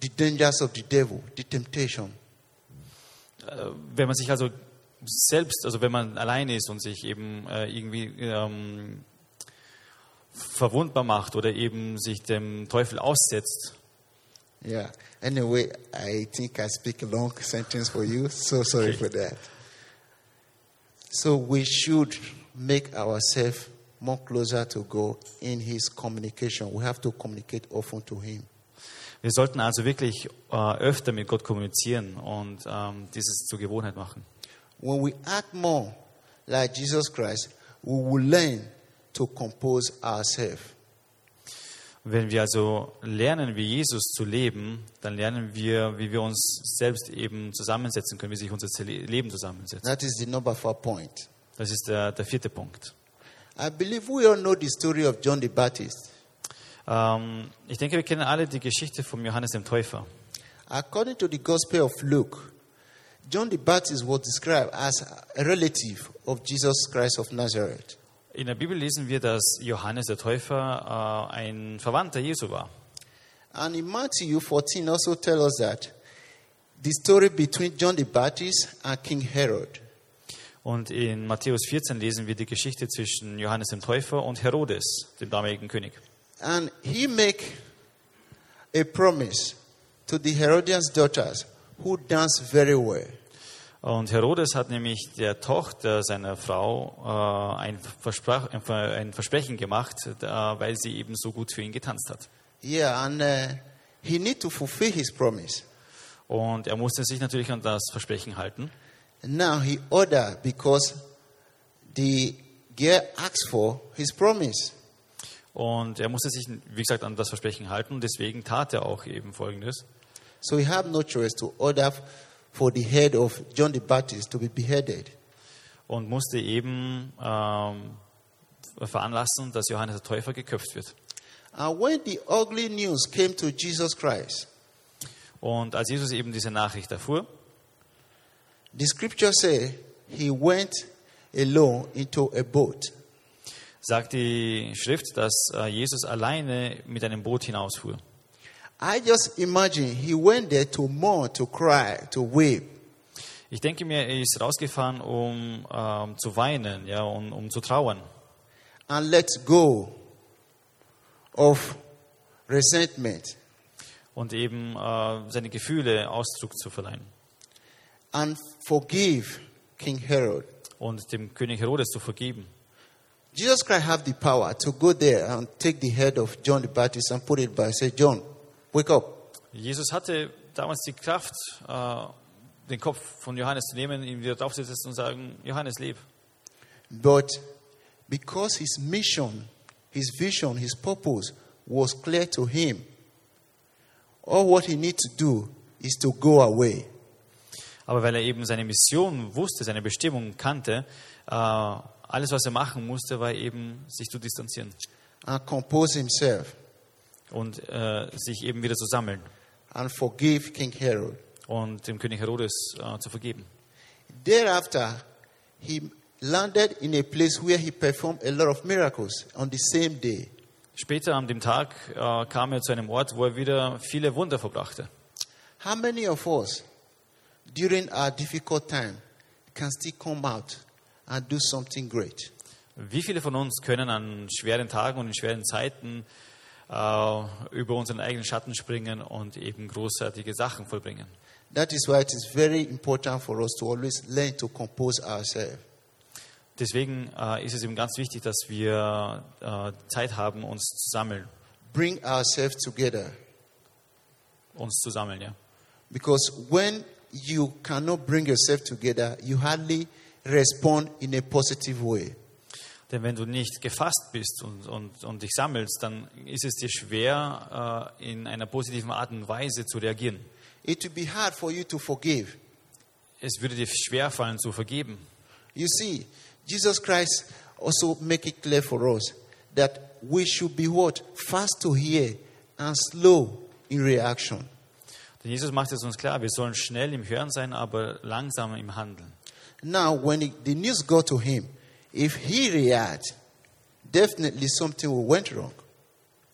Speaker 1: the dangers of the devil, the temptation.
Speaker 2: wenn man sich also selbst, also wenn man alleine ist und sich eben äh, irgendwie ähm, verwundbar macht oder eben sich dem Teufel aussetzt,
Speaker 1: Yeah. Anyway, I think I speak a long sentence for you. So sorry
Speaker 2: Okay.
Speaker 1: for that. So we should make ourselves more closer to God in His communication. We have to communicate often to Him.
Speaker 2: wir sollten also wirklich äh, öfter mit Gott kommunizieren und ähm, dieses zur Gewohnheit machen.
Speaker 1: When we act more like Jesus Christ, we will learn to compose ourselves.
Speaker 2: Wenn wir also lernen, wie Jesus zu leben, dann lernen wir, wie wir uns selbst eben zusammensetzen können, wie sich unser Zele- Leben zusammensetzt.
Speaker 1: That is the number four point.
Speaker 2: Das ist der, der vierte Punkt.
Speaker 1: I believe we all know the story of John the Baptist.
Speaker 2: Ähm, ich denke, wir kennen alle die Geschichte von Johannes dem Täufer.
Speaker 1: According to the Gospel of Luke, John the Baptist was described as a relative of Jesus Christ of Nazareth.
Speaker 2: In der Bibel lesen wir, dass Johannes der Täufer äh, ein Verwandter Jesu war.
Speaker 1: And in Matthew 14 also tells us that the story between John the Baptist and King Herod.
Speaker 2: Und in Matthäus 14 lesen wir die Geschichte zwischen Johannes dem Täufer und Herodes, dem damaligen König.
Speaker 1: And he make a promise to the Herodian's daughters who dance very well.
Speaker 2: Und Herodes hat nämlich der Tochter seiner Frau äh, ein, Versprach, ein Ver- ein Versprechen gemacht, da, weil sie eben so gut für ihn getanzt hat.
Speaker 1: Yeah, and uh, he need to fulfill his promise.
Speaker 2: Und er musste sich natürlich an das Versprechen halten.
Speaker 1: Now he order because the girl asked for his promise.
Speaker 2: Und er musste sich, wie gesagt, an das Versprechen halten. Und deswegen tat er auch eben Folgendes.
Speaker 1: So he had no choice to order f- for the head of John the Baptist to be beheaded.
Speaker 2: und musste eben ähm, veranlassen, dass Johannes der Täufer geköpft wird.
Speaker 1: And when the ugly news came to Jesus Christ,
Speaker 2: Und als Jesus eben diese Nachricht erfuhr,
Speaker 1: the scripture says he went alone into a boat
Speaker 2: sagt die Schrift, dass äh, Jesus alleine mit einem Boot hinausfuhr.
Speaker 1: I just imagine he went there to mourn, to cry, to weep.
Speaker 2: Ich denke mir, er ist rausgefahren, um ähm, zu weinen, ja, um, um zu trauern
Speaker 1: and let go of resentment
Speaker 2: und eben äh, seine Gefühle Ausdruck zu verleihen
Speaker 1: and forgive King Herod.
Speaker 2: und dem König Herodes zu vergeben.
Speaker 1: Jesus Christ have the power to go there and take the head of John the Baptist and put it by say, John, wake up.
Speaker 2: Jesus hatte damals die Kraft, äh, den Kopf von Johannes zu nehmen, ihn wieder draufzusetzen und sagen, Johannes, leb.
Speaker 1: But because his mission, his vision, his purpose was clear to him, all what he needs to do is to go away.
Speaker 2: Aber weil er eben seine Mission wusste, seine Bestimmung kannte, äh, alles, was er machen musste, war eben, sich zu distanzieren
Speaker 1: and compose himself
Speaker 2: und äh, sich eben wieder zu sammeln
Speaker 1: and forgive King Herod.
Speaker 2: und dem König Herodes äh, zu vergeben.
Speaker 1: Thereafter, he landed in a place where he performed a lot of miracles on the same day.
Speaker 2: Später an dem Tag äh, kam er zu einem Ort, wo er wieder viele Wunder verbrachte.
Speaker 1: How many of us, during our difficult time, can still come out and do something great?
Speaker 2: Wie viele von uns können an schweren Tagen und in schweren Zeiten äh, über unseren eigenen Schatten springen und eben großartige Sachen vollbringen?
Speaker 1: That is why it is very important for us to always learn to compose ourselves.
Speaker 2: Deswegen äh, ist es eben ganz wichtig, dass wir äh, Zeit haben, uns zu sammeln.
Speaker 1: Bring ourselves together.
Speaker 2: Uns zu sammeln, ja.
Speaker 1: Because when you cannot bring yourself together, you hardly respond in a positive way.
Speaker 2: Denn wenn du nicht gefasst bist und, und, und dich sammelst, dann ist es dir schwer, äh, in einer positiven Art und Weise zu reagieren.
Speaker 1: It will be hard for you to forgive.
Speaker 2: Es würde dir schwer fallen, zu vergeben.
Speaker 1: You see, Jesus Christ also make it clear for us that we should be what? Fast to hear and slow in reaction.
Speaker 2: Denn Jesus macht es uns klar, wir sollen schnell im Hören sein, aber langsam im Handeln.
Speaker 1: Now, when it- the news got to him, if he react, definitely something went wrong.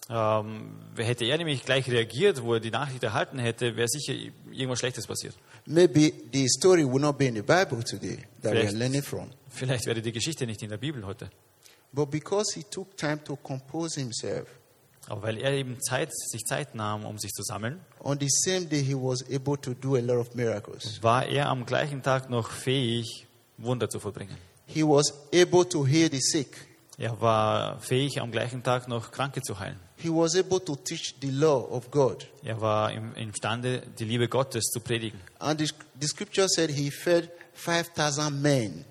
Speaker 2: Ähm, hätte er nämlich gleich reagiert, wo er die Nachricht erhalten hätte, wäre sicher irgendwas Schlechtes passiert.
Speaker 1: Maybe the story will not be in the Bible today that we are
Speaker 2: Vielleicht.
Speaker 1: learning from.
Speaker 2: Vielleicht wäre die Geschichte nicht in der Bibel heute.
Speaker 1: But because he took time to compose himself,
Speaker 2: Aber weil er eben Zeit, sich Zeit nahm, um sich zu sammeln,
Speaker 1: on the same day he was able to do a lot of miracles.
Speaker 2: war er am gleichen Tag noch fähig, Wunder zu vollbringen.
Speaker 1: He was able to heal the sick.
Speaker 2: Er war fähig, am gleichen Tag noch Kranke zu heilen.
Speaker 1: He was able to teach the law of God.
Speaker 2: Er war im, imstande, die Liebe Gottes zu predigen.
Speaker 1: And the, the scripture said he fed 5,000 men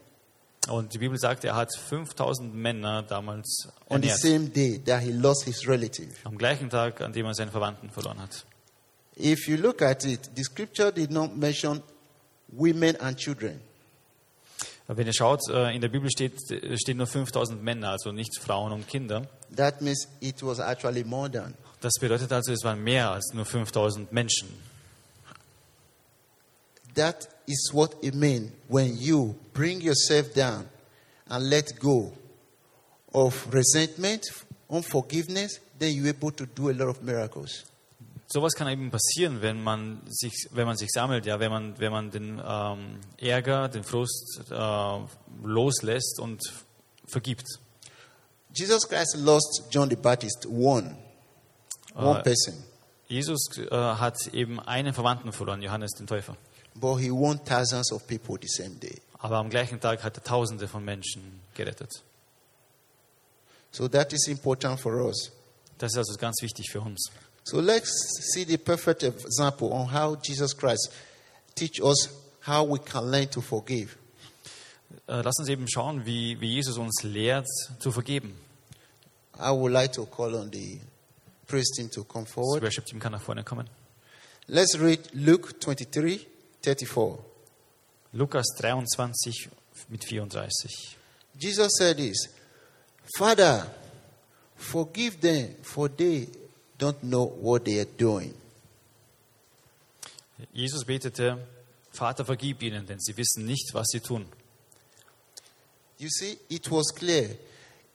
Speaker 2: Und die Bibel sagt, er hat 5000 Männer damals
Speaker 1: on the
Speaker 2: ernährt.
Speaker 1: same day that he lost his relative.
Speaker 2: Am gleichen Tag, an dem er seinen Verwandten verloren hat.
Speaker 1: If you look at it, the scripture did not mention women and children.
Speaker 2: Wenn ihr schaut, äh, in der Bibel steht, äh, stehen nur 5000 Männer, also nicht Frauen und Kinder.
Speaker 1: That means it was actually more than.
Speaker 2: Das bedeutet also, es waren mehr als nur 5000 Menschen.
Speaker 1: That is what it means when you bring yourself down and let go of resentment, unforgiveness, then you're able to do a lot of miracles.
Speaker 2: Sowas kann eben passieren, wenn man sich, wenn man sich sammelt, ja, wenn man, wenn man den ähm, Ärger, den Frust äh, loslässt und vergibt.
Speaker 1: Jesus Christ lost John the Baptist, one, one
Speaker 2: Uh,
Speaker 1: person.
Speaker 2: Jesus äh, hat eben einen Verwandten verloren, Johannes den Täufer.
Speaker 1: But he won thousands of people the same day.
Speaker 2: Aber am gleichen Tag hat er Tausende von Menschen gerettet.
Speaker 1: So that is important for us.
Speaker 2: Das ist also ganz wichtig für uns.
Speaker 1: So let's see the perfect example on how Jesus Christ teach us how we can learn to forgive.
Speaker 2: Äh, lass uns eben schauen, wie, wie Jesus uns lehrt, zu vergeben.
Speaker 1: I would like to call on the priest team to come
Speaker 2: Das
Speaker 1: forward.
Speaker 2: Worship-Team kann nach vorne kommen.
Speaker 1: Let's read Luke 23, 34.
Speaker 2: Lukas 23 mit 34.
Speaker 1: Jesus said this, Father, forgive them, for they don't know what they are doing.
Speaker 2: Jesus betete, Vater, vergib ihnen, denn sie wissen nicht, was sie tun.
Speaker 1: You see, it was clear.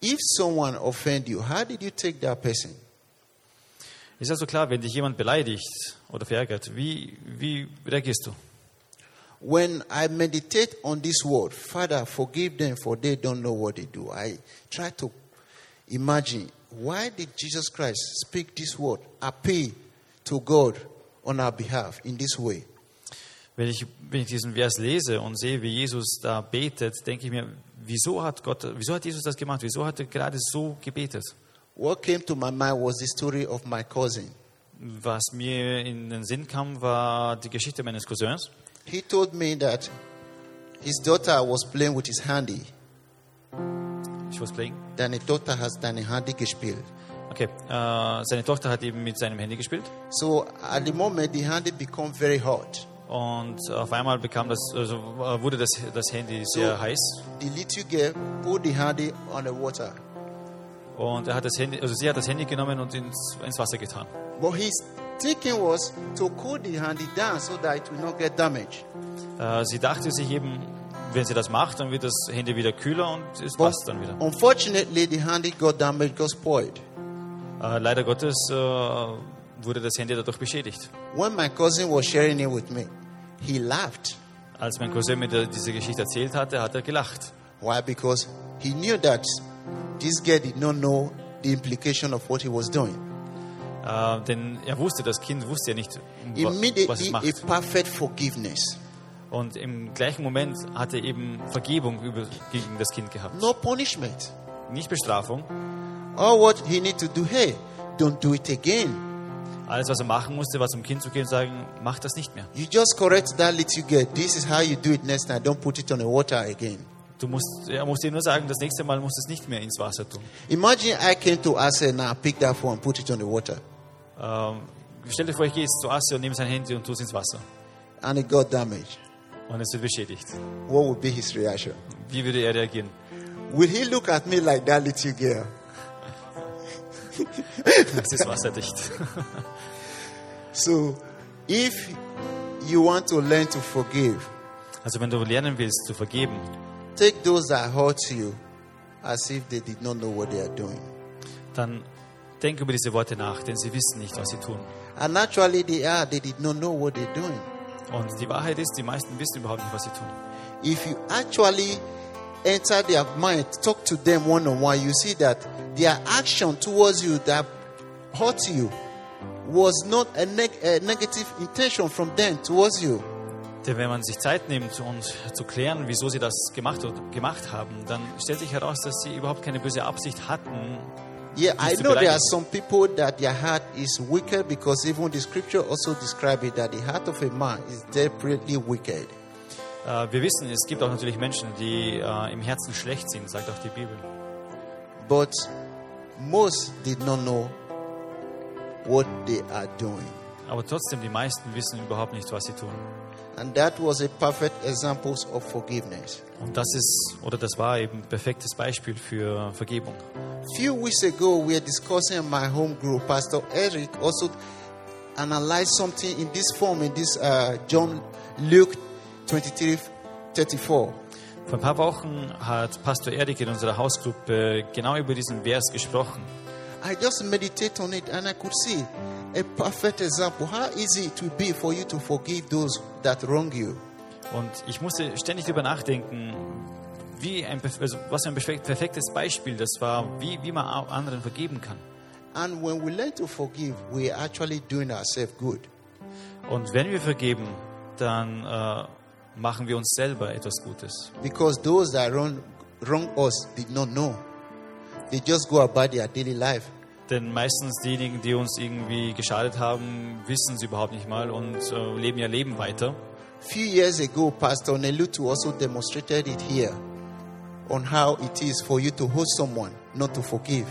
Speaker 1: If someone offend you, how did you take that person?
Speaker 2: Ist also klar, wenn dich jemand beleidigt oder verärgert, wie, wie reagierst du?
Speaker 1: When I meditate on this word, Father, forgive them for they don't know what they do. I try to imagine why did Jesus Christ speak this word, appeal to God on our behalf in this way?
Speaker 2: Wenn ich, wenn ich diesen Vers lese und sehe, wie Jesus da betet, denke ich mir, wieso hat Gott, wieso hat Jesus das gemacht? Wieso hat er gerade so gebetet?
Speaker 1: What came to my mind was the story of my cousin.
Speaker 2: Was mir in den Sinn kam, war die Geschichte meines Cousins.
Speaker 1: He told me that his daughter was playing with his handy.
Speaker 2: Ich was playing.
Speaker 1: Deine Tochter hat deine Handy gespielt.
Speaker 2: Okay, äh, seine Tochter hat eben mit seinem Handy gespielt
Speaker 1: So at the moment, the handy become very hot.
Speaker 2: und auf einmal bekam das, also äh, wurde das, das Handy sehr heiß
Speaker 1: The little girl put the handy on the water,
Speaker 2: und er hat das Handy, also sie hat das Handy genommen und ins, ins Wasser getan.
Speaker 1: but his thinking was to cool the handy down so that it will not get damaged.
Speaker 2: Äh, sie dachte sich eben, wenn sie das macht, dann wird das Handy wieder kühler und es
Speaker 1: But
Speaker 2: passt dann wieder.
Speaker 1: unfortunately, the handy got damaged, got spoiled.
Speaker 2: Äh, leider Gottes äh, wurde das Handy dadurch beschädigt.
Speaker 1: When my cousin was sharing it with me, he laughed.
Speaker 2: Als mein Cousin mir da- diese Geschichte erzählt hatte, hat er gelacht.
Speaker 1: Why? Because he knew that this girl did not know the implication of what he was doing.
Speaker 2: Äh, denn er wusste, das Kind wusste ja nicht, wa- was es
Speaker 1: Immediately, a
Speaker 2: macht.
Speaker 1: perfect forgiveness.
Speaker 2: Und im gleichen Moment hat er eben Vergebung über, gegen das Kind gehabt.
Speaker 1: No punishment.
Speaker 2: Nicht Bestrafung.
Speaker 1: All what he need to do, hey, don't do it again.
Speaker 2: Alles, was er machen musste, war zum Kind zu gehen und sagen, mach das nicht mehr.
Speaker 1: You just correct that little girl. This is how you do it next time. Don't put it on the water again.
Speaker 2: Du musst, er musste ihm nur sagen, das nächste Mal musst du es nicht mehr ins Wasser tun.
Speaker 1: Imagine I came to Asa and I picked that phone and put it on the water.
Speaker 2: Ähm, stell dir vor, ich gehe jetzt zu Asse und nehme sein Handy und tue es ins Wasser.
Speaker 1: And it got damaged.
Speaker 2: Und es wird beschädigt.
Speaker 1: What would be his reaction?
Speaker 2: Wie würde er reagieren?
Speaker 1: Will he look at me like that little girl?
Speaker 2: Es ist wasserdicht.
Speaker 1: So, if you want to learn to forgive,
Speaker 2: Also wenn du lernen willst zu vergeben,
Speaker 1: take those that hurt you as if they did not know what they are doing.
Speaker 2: dann denk über diese Worte nach, denn sie wissen nicht, was sie tun.
Speaker 1: And naturally, they are. They did not know what they're doing.
Speaker 2: Und die Wahrheit ist, die meisten wissen überhaupt nicht, was sie tun.
Speaker 1: if you actually enter their mind, talk to them one on one, you see that their action towards you that hurt you was not a, neg- a negative intention from them towards you.
Speaker 2: Denn wenn man sich Zeit nimmt und zu klären, wieso sie das gemacht, gemacht haben, dann stellt sich heraus, dass sie überhaupt keine böse Absicht hatten.
Speaker 1: Yeah, I
Speaker 2: Just to
Speaker 1: know there
Speaker 2: blind
Speaker 1: are
Speaker 2: us.
Speaker 1: some people that their heart is wicked because even the scripture also describe it that the heart of a man is desperately wicked.
Speaker 2: Äh, wir wissen, es gibt auch natürlich Menschen, die äh, im Herzen schlecht sind, sagt auch die Bibel.
Speaker 1: But most did not know what they are doing.
Speaker 2: Aber trotzdem, die meisten wissen überhaupt nicht, was sie tun.
Speaker 1: And that was a perfect example of forgiveness.
Speaker 2: Und das ist, oder das war eben ein perfektes Beispiel für Vergebung.
Speaker 1: few weeks ago we were discussing in my home group pastor eric also analyzed something in this form in this uh, john luke 23 34
Speaker 2: Vor ein paar Wochen hat Pastor Erik in unserer Hausgruppe genau über diesen Vers gesprochen.
Speaker 1: i just meditate on it and i could see a perfect example how easy it will be for you to forgive those that wrong you
Speaker 2: Und ich musste ständig darüber nachdenken, wie ein, perf- also was für ein perfek- perfektes Beispiel das war, wie, wie man au- anderen vergeben kann.
Speaker 1: and when we learn to forgive we are actually doing ourselves good
Speaker 2: Und wenn wir vergeben, dann äh, machen wir uns selber etwas Gutes.
Speaker 1: because those that wrong, wrong us did not know they just go about their daily life
Speaker 2: Denn meistens diejenigen, die uns irgendwie geschadet haben, wissen es überhaupt nicht mal und äh, leben ihr Leben weiter.
Speaker 1: few years ago, Pastor Nelutu also demonstrated it here on how it is for you to hold someone not to forgive.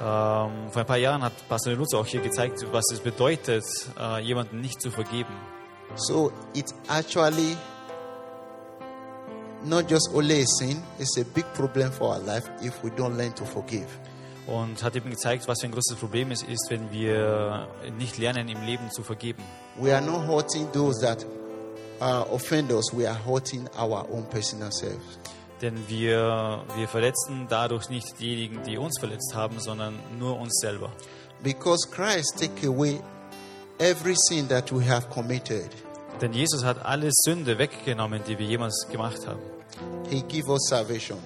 Speaker 2: Ähm, vor ein paar Jahren hat Pastor Lutz auch hier gezeigt, was es bedeutet, äh, jemanden nicht zu vergeben.
Speaker 1: So it's actually not just only a sin, it's a big problem for our life if we don't learn to forgive.
Speaker 2: Und hat eben gezeigt, was für ein großes Problem es ist, wenn wir nicht lernen, im Leben zu vergeben.
Speaker 1: We are not hurting those that uh, offend us, we are hurting our own personal selves.
Speaker 2: Denn wir, wir verletzen dadurch nicht diejenigen, die uns verletzt haben, sondern nur uns selber.
Speaker 1: Because Christ took away every sin that we have committed.
Speaker 2: Denn Jesus hat alle Sünde weggenommen, die wir jemals gemacht haben.
Speaker 1: He gave us salvation.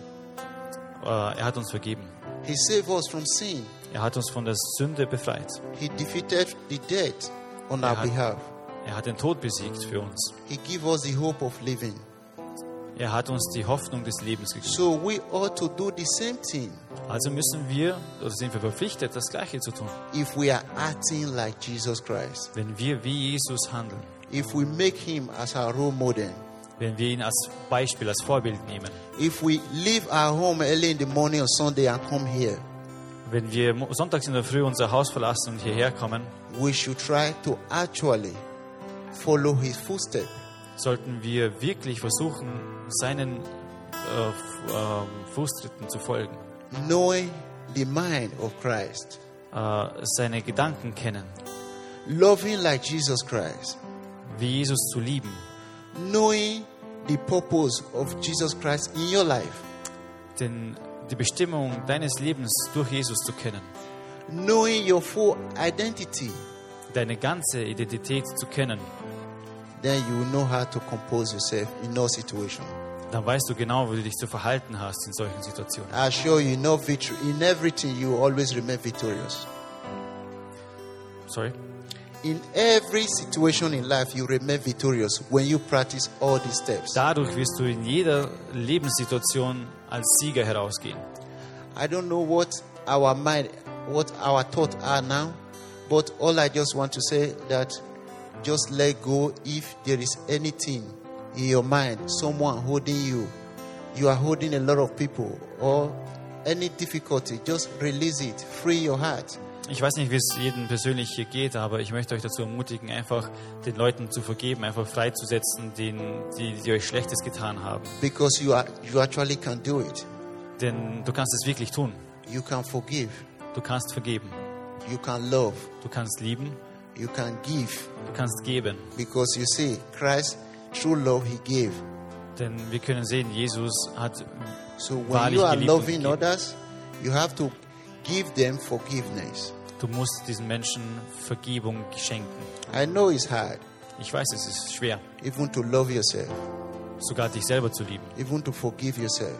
Speaker 2: Äh, Er hat uns vergeben.
Speaker 1: He saved us from sin.
Speaker 2: Er hat uns von der Sünde befreit.
Speaker 1: He defeated the death on
Speaker 2: Ja.
Speaker 1: our behalf.
Speaker 2: Er hat den Tod besiegt für uns.
Speaker 1: He gave us the hope of living.
Speaker 2: Er hat uns die Hoffnung des Lebens gegeben.
Speaker 1: So we ought to do the same thing
Speaker 2: Also müssen wir, oder sind wir verpflichtet, das Gleiche zu tun.
Speaker 1: if we are acting like Jesus Christ.
Speaker 2: Wenn wir wie Jesus handeln,
Speaker 1: If we make him as our role model.
Speaker 2: wenn wir ihn als Beispiel, als Vorbild nehmen,
Speaker 1: If we leave our home early in the morning on Sunday and come here,
Speaker 2: wenn wir mo- sonntags in der Früh unser Haus verlassen und hierher kommen,
Speaker 1: we should try to actually follow his footsteps.
Speaker 2: sollten wir wirklich versuchen, seinen äh, F- ähm, Fußtritten zu folgen,
Speaker 1: knowing the mind of Christ,
Speaker 2: äh, seine Gedanken kennen,
Speaker 1: loving like Jesus Christ,
Speaker 2: wie Jesus zu lieben,
Speaker 1: knowing the purpose of Jesus Christ in your life,
Speaker 2: denn die Bestimmung deines Lebens durch Jesus zu kennen,
Speaker 1: knowing your full identity,
Speaker 2: deine ganze Identität zu kennen,
Speaker 1: then you will know how to compose yourself in all situation.
Speaker 2: dann weißt du genau, wie du dich zu verhalten hast in solchen Situationen.
Speaker 1: I assure you, no victory in everything. You will always remain victorious.
Speaker 2: Sorry.
Speaker 1: In every situation in life, you remain victorious when you practice all these steps.
Speaker 2: Dadurch wirst du in jeder Lebenssituation als Sieger herausgehen.
Speaker 1: I don't know what our mind, what our thoughts are now, but all I just want to say that just let go if there is anything in your mind, someone holding you, you are holding a lot of people, or any difficulty, just release it, free your heart.
Speaker 2: Ich weiß nicht, wie es jedem persönlich hier geht, aber ich möchte euch dazu ermutigen, einfach den Leuten zu vergeben, einfach freizusetzen, denen, die, die euch Schlechtes getan haben.
Speaker 1: Because you are you actually can do it.
Speaker 2: Denn du kannst es wirklich tun.
Speaker 1: You can forgive,
Speaker 2: Du kannst vergeben.
Speaker 1: you can love,
Speaker 2: Du kannst lieben.
Speaker 1: you can give.
Speaker 2: Du kannst geben.
Speaker 1: Because you see, Christ true love he gave.
Speaker 2: Denn wir können sehen, Jesus hat
Speaker 1: So when
Speaker 2: wahrlich
Speaker 1: you are
Speaker 2: geliebt und
Speaker 1: loving
Speaker 2: gegeben.
Speaker 1: others, you have to give them forgiveness.
Speaker 2: Du musst diesen Menschen Vergebung schenken.
Speaker 1: I know it's hard,
Speaker 2: Ich weiß, es ist schwer,
Speaker 1: even to love yourself,
Speaker 2: sogar dich selber zu lieben,
Speaker 1: even to forgive yourself.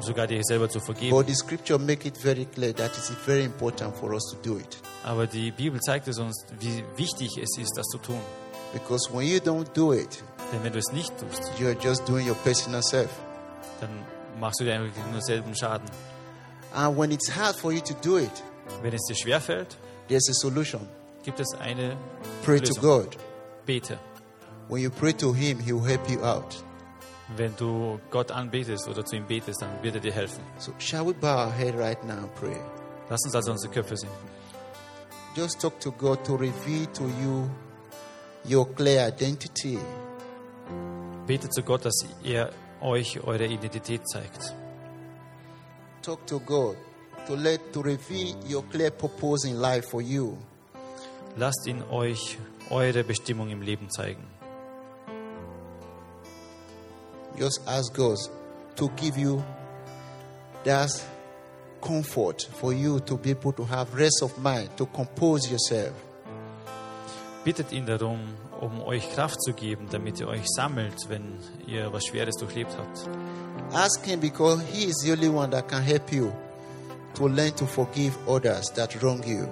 Speaker 2: sogar dir selber zu vergeben.
Speaker 1: But the scripture make it very clear that it's very important for us to do it.
Speaker 2: Aber die Bibel zeigt es uns, wie wichtig es ist, das zu tun.
Speaker 1: Because when you don't do it,
Speaker 2: Denn wenn du es nicht tust,
Speaker 1: you're just doing your personal self.
Speaker 2: dann machst du dir eigentlich nur selben Schaden.
Speaker 1: And when it's hard for you to do it,
Speaker 2: Wenn es dir schwerfällt,
Speaker 1: there's a solution.
Speaker 2: gibt es eine
Speaker 1: Pray to
Speaker 2: Lösung.
Speaker 1: God.
Speaker 2: Bete.
Speaker 1: When you pray to Him, He will help you out.
Speaker 2: Wenn du Gott anbetest oder zu ihm betest, dann wird er dir helfen.
Speaker 1: So, shall we bow our head right now and pray?
Speaker 2: Lass uns also unsere Köpfe sinken.
Speaker 1: Just talk to God to reveal to you your clear identity.
Speaker 2: Betet zu Gott, dass er euch eure Identität zeigt.
Speaker 1: Talk to God to let to reveal your clear purpose in life for you.
Speaker 2: Lasst ihn euch eure Bestimmung im Leben zeigen.
Speaker 1: Just ask God to give you that comfort for you to be able to have rest of mind, to compose yourself.
Speaker 2: Bittet ihn darum, um euch Kraft zu geben, damit ihr euch sammelt, wenn ihr was Schweres durchlebt habt.
Speaker 1: Ask Him because He is the only one that can help you to learn to forgive others that wrong you.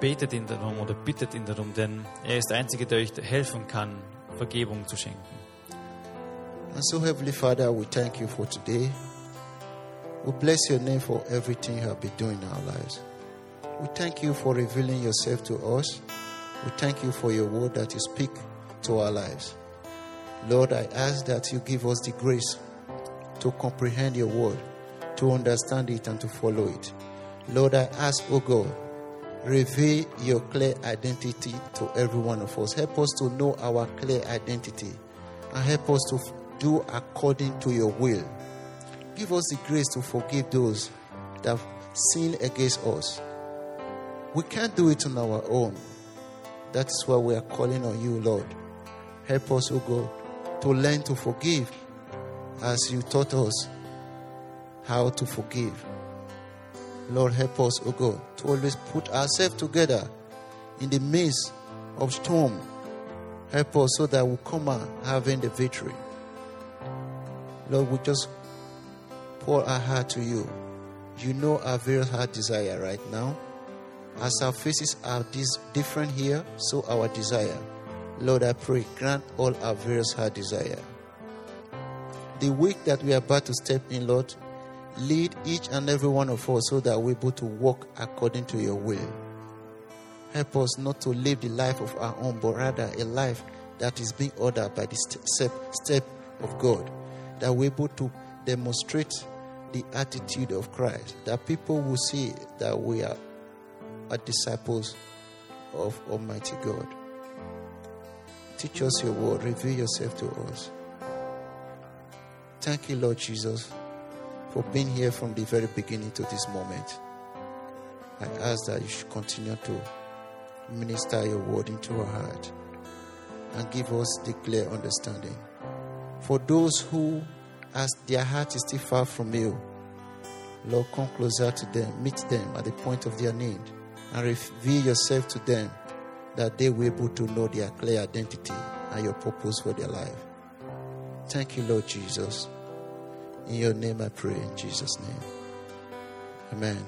Speaker 2: Betet ihn darum oder bittet ihn darum, denn er ist der Einzige, der euch helfen kann, Vergebung zu schenken.
Speaker 1: And so, Heavenly Father, we thank you for today. We bless your name for everything you have been doing in our lives. We thank you for revealing yourself to us. We thank you for your word that you speak to our lives. Lord, I ask that you give us the grace to comprehend your word, to understand it, and to follow it. Lord, I ask, O God, reveal your clear identity to every one of us. Help us to know our clear identity and help us to f- do according to your will. Give us the grace to forgive those that have sinned against us. We can't do it on our own. That's why we are calling on you, Lord. Help us, O God, to learn to forgive as you taught us how to forgive. Lord, help us, O God, to always put ourselves together in the midst of storm. Help us so that we come out having the victory. Lord, we just pour our heart to you. You know our various heart desire right now. As our faces are dis- different here, so our desire. Lord, I pray, grant all our various heart desire. The week that we are about to step in, Lord, lead each and every one of us so that we're able to walk according to your will. Help us not to live the life of our own, but rather a life that is being ordered by the st- step, step of God. That we're able to demonstrate the attitude of Christ. That people will see that we are, are disciples of Almighty God. Teach us your word. Reveal yourself to us. Thank you, Lord Jesus, for being here from the very beginning to this moment. I ask that you should continue to minister your word into our heart and give us the clear understanding. For those who, as their heart is still far from you, Lord, come closer to them, meet them at the point of their need, and reveal yourself to them that they will be able to know their clear identity and your purpose for their life. Thank you, Lord Jesus. In your name I pray, in Jesus' name. Amen.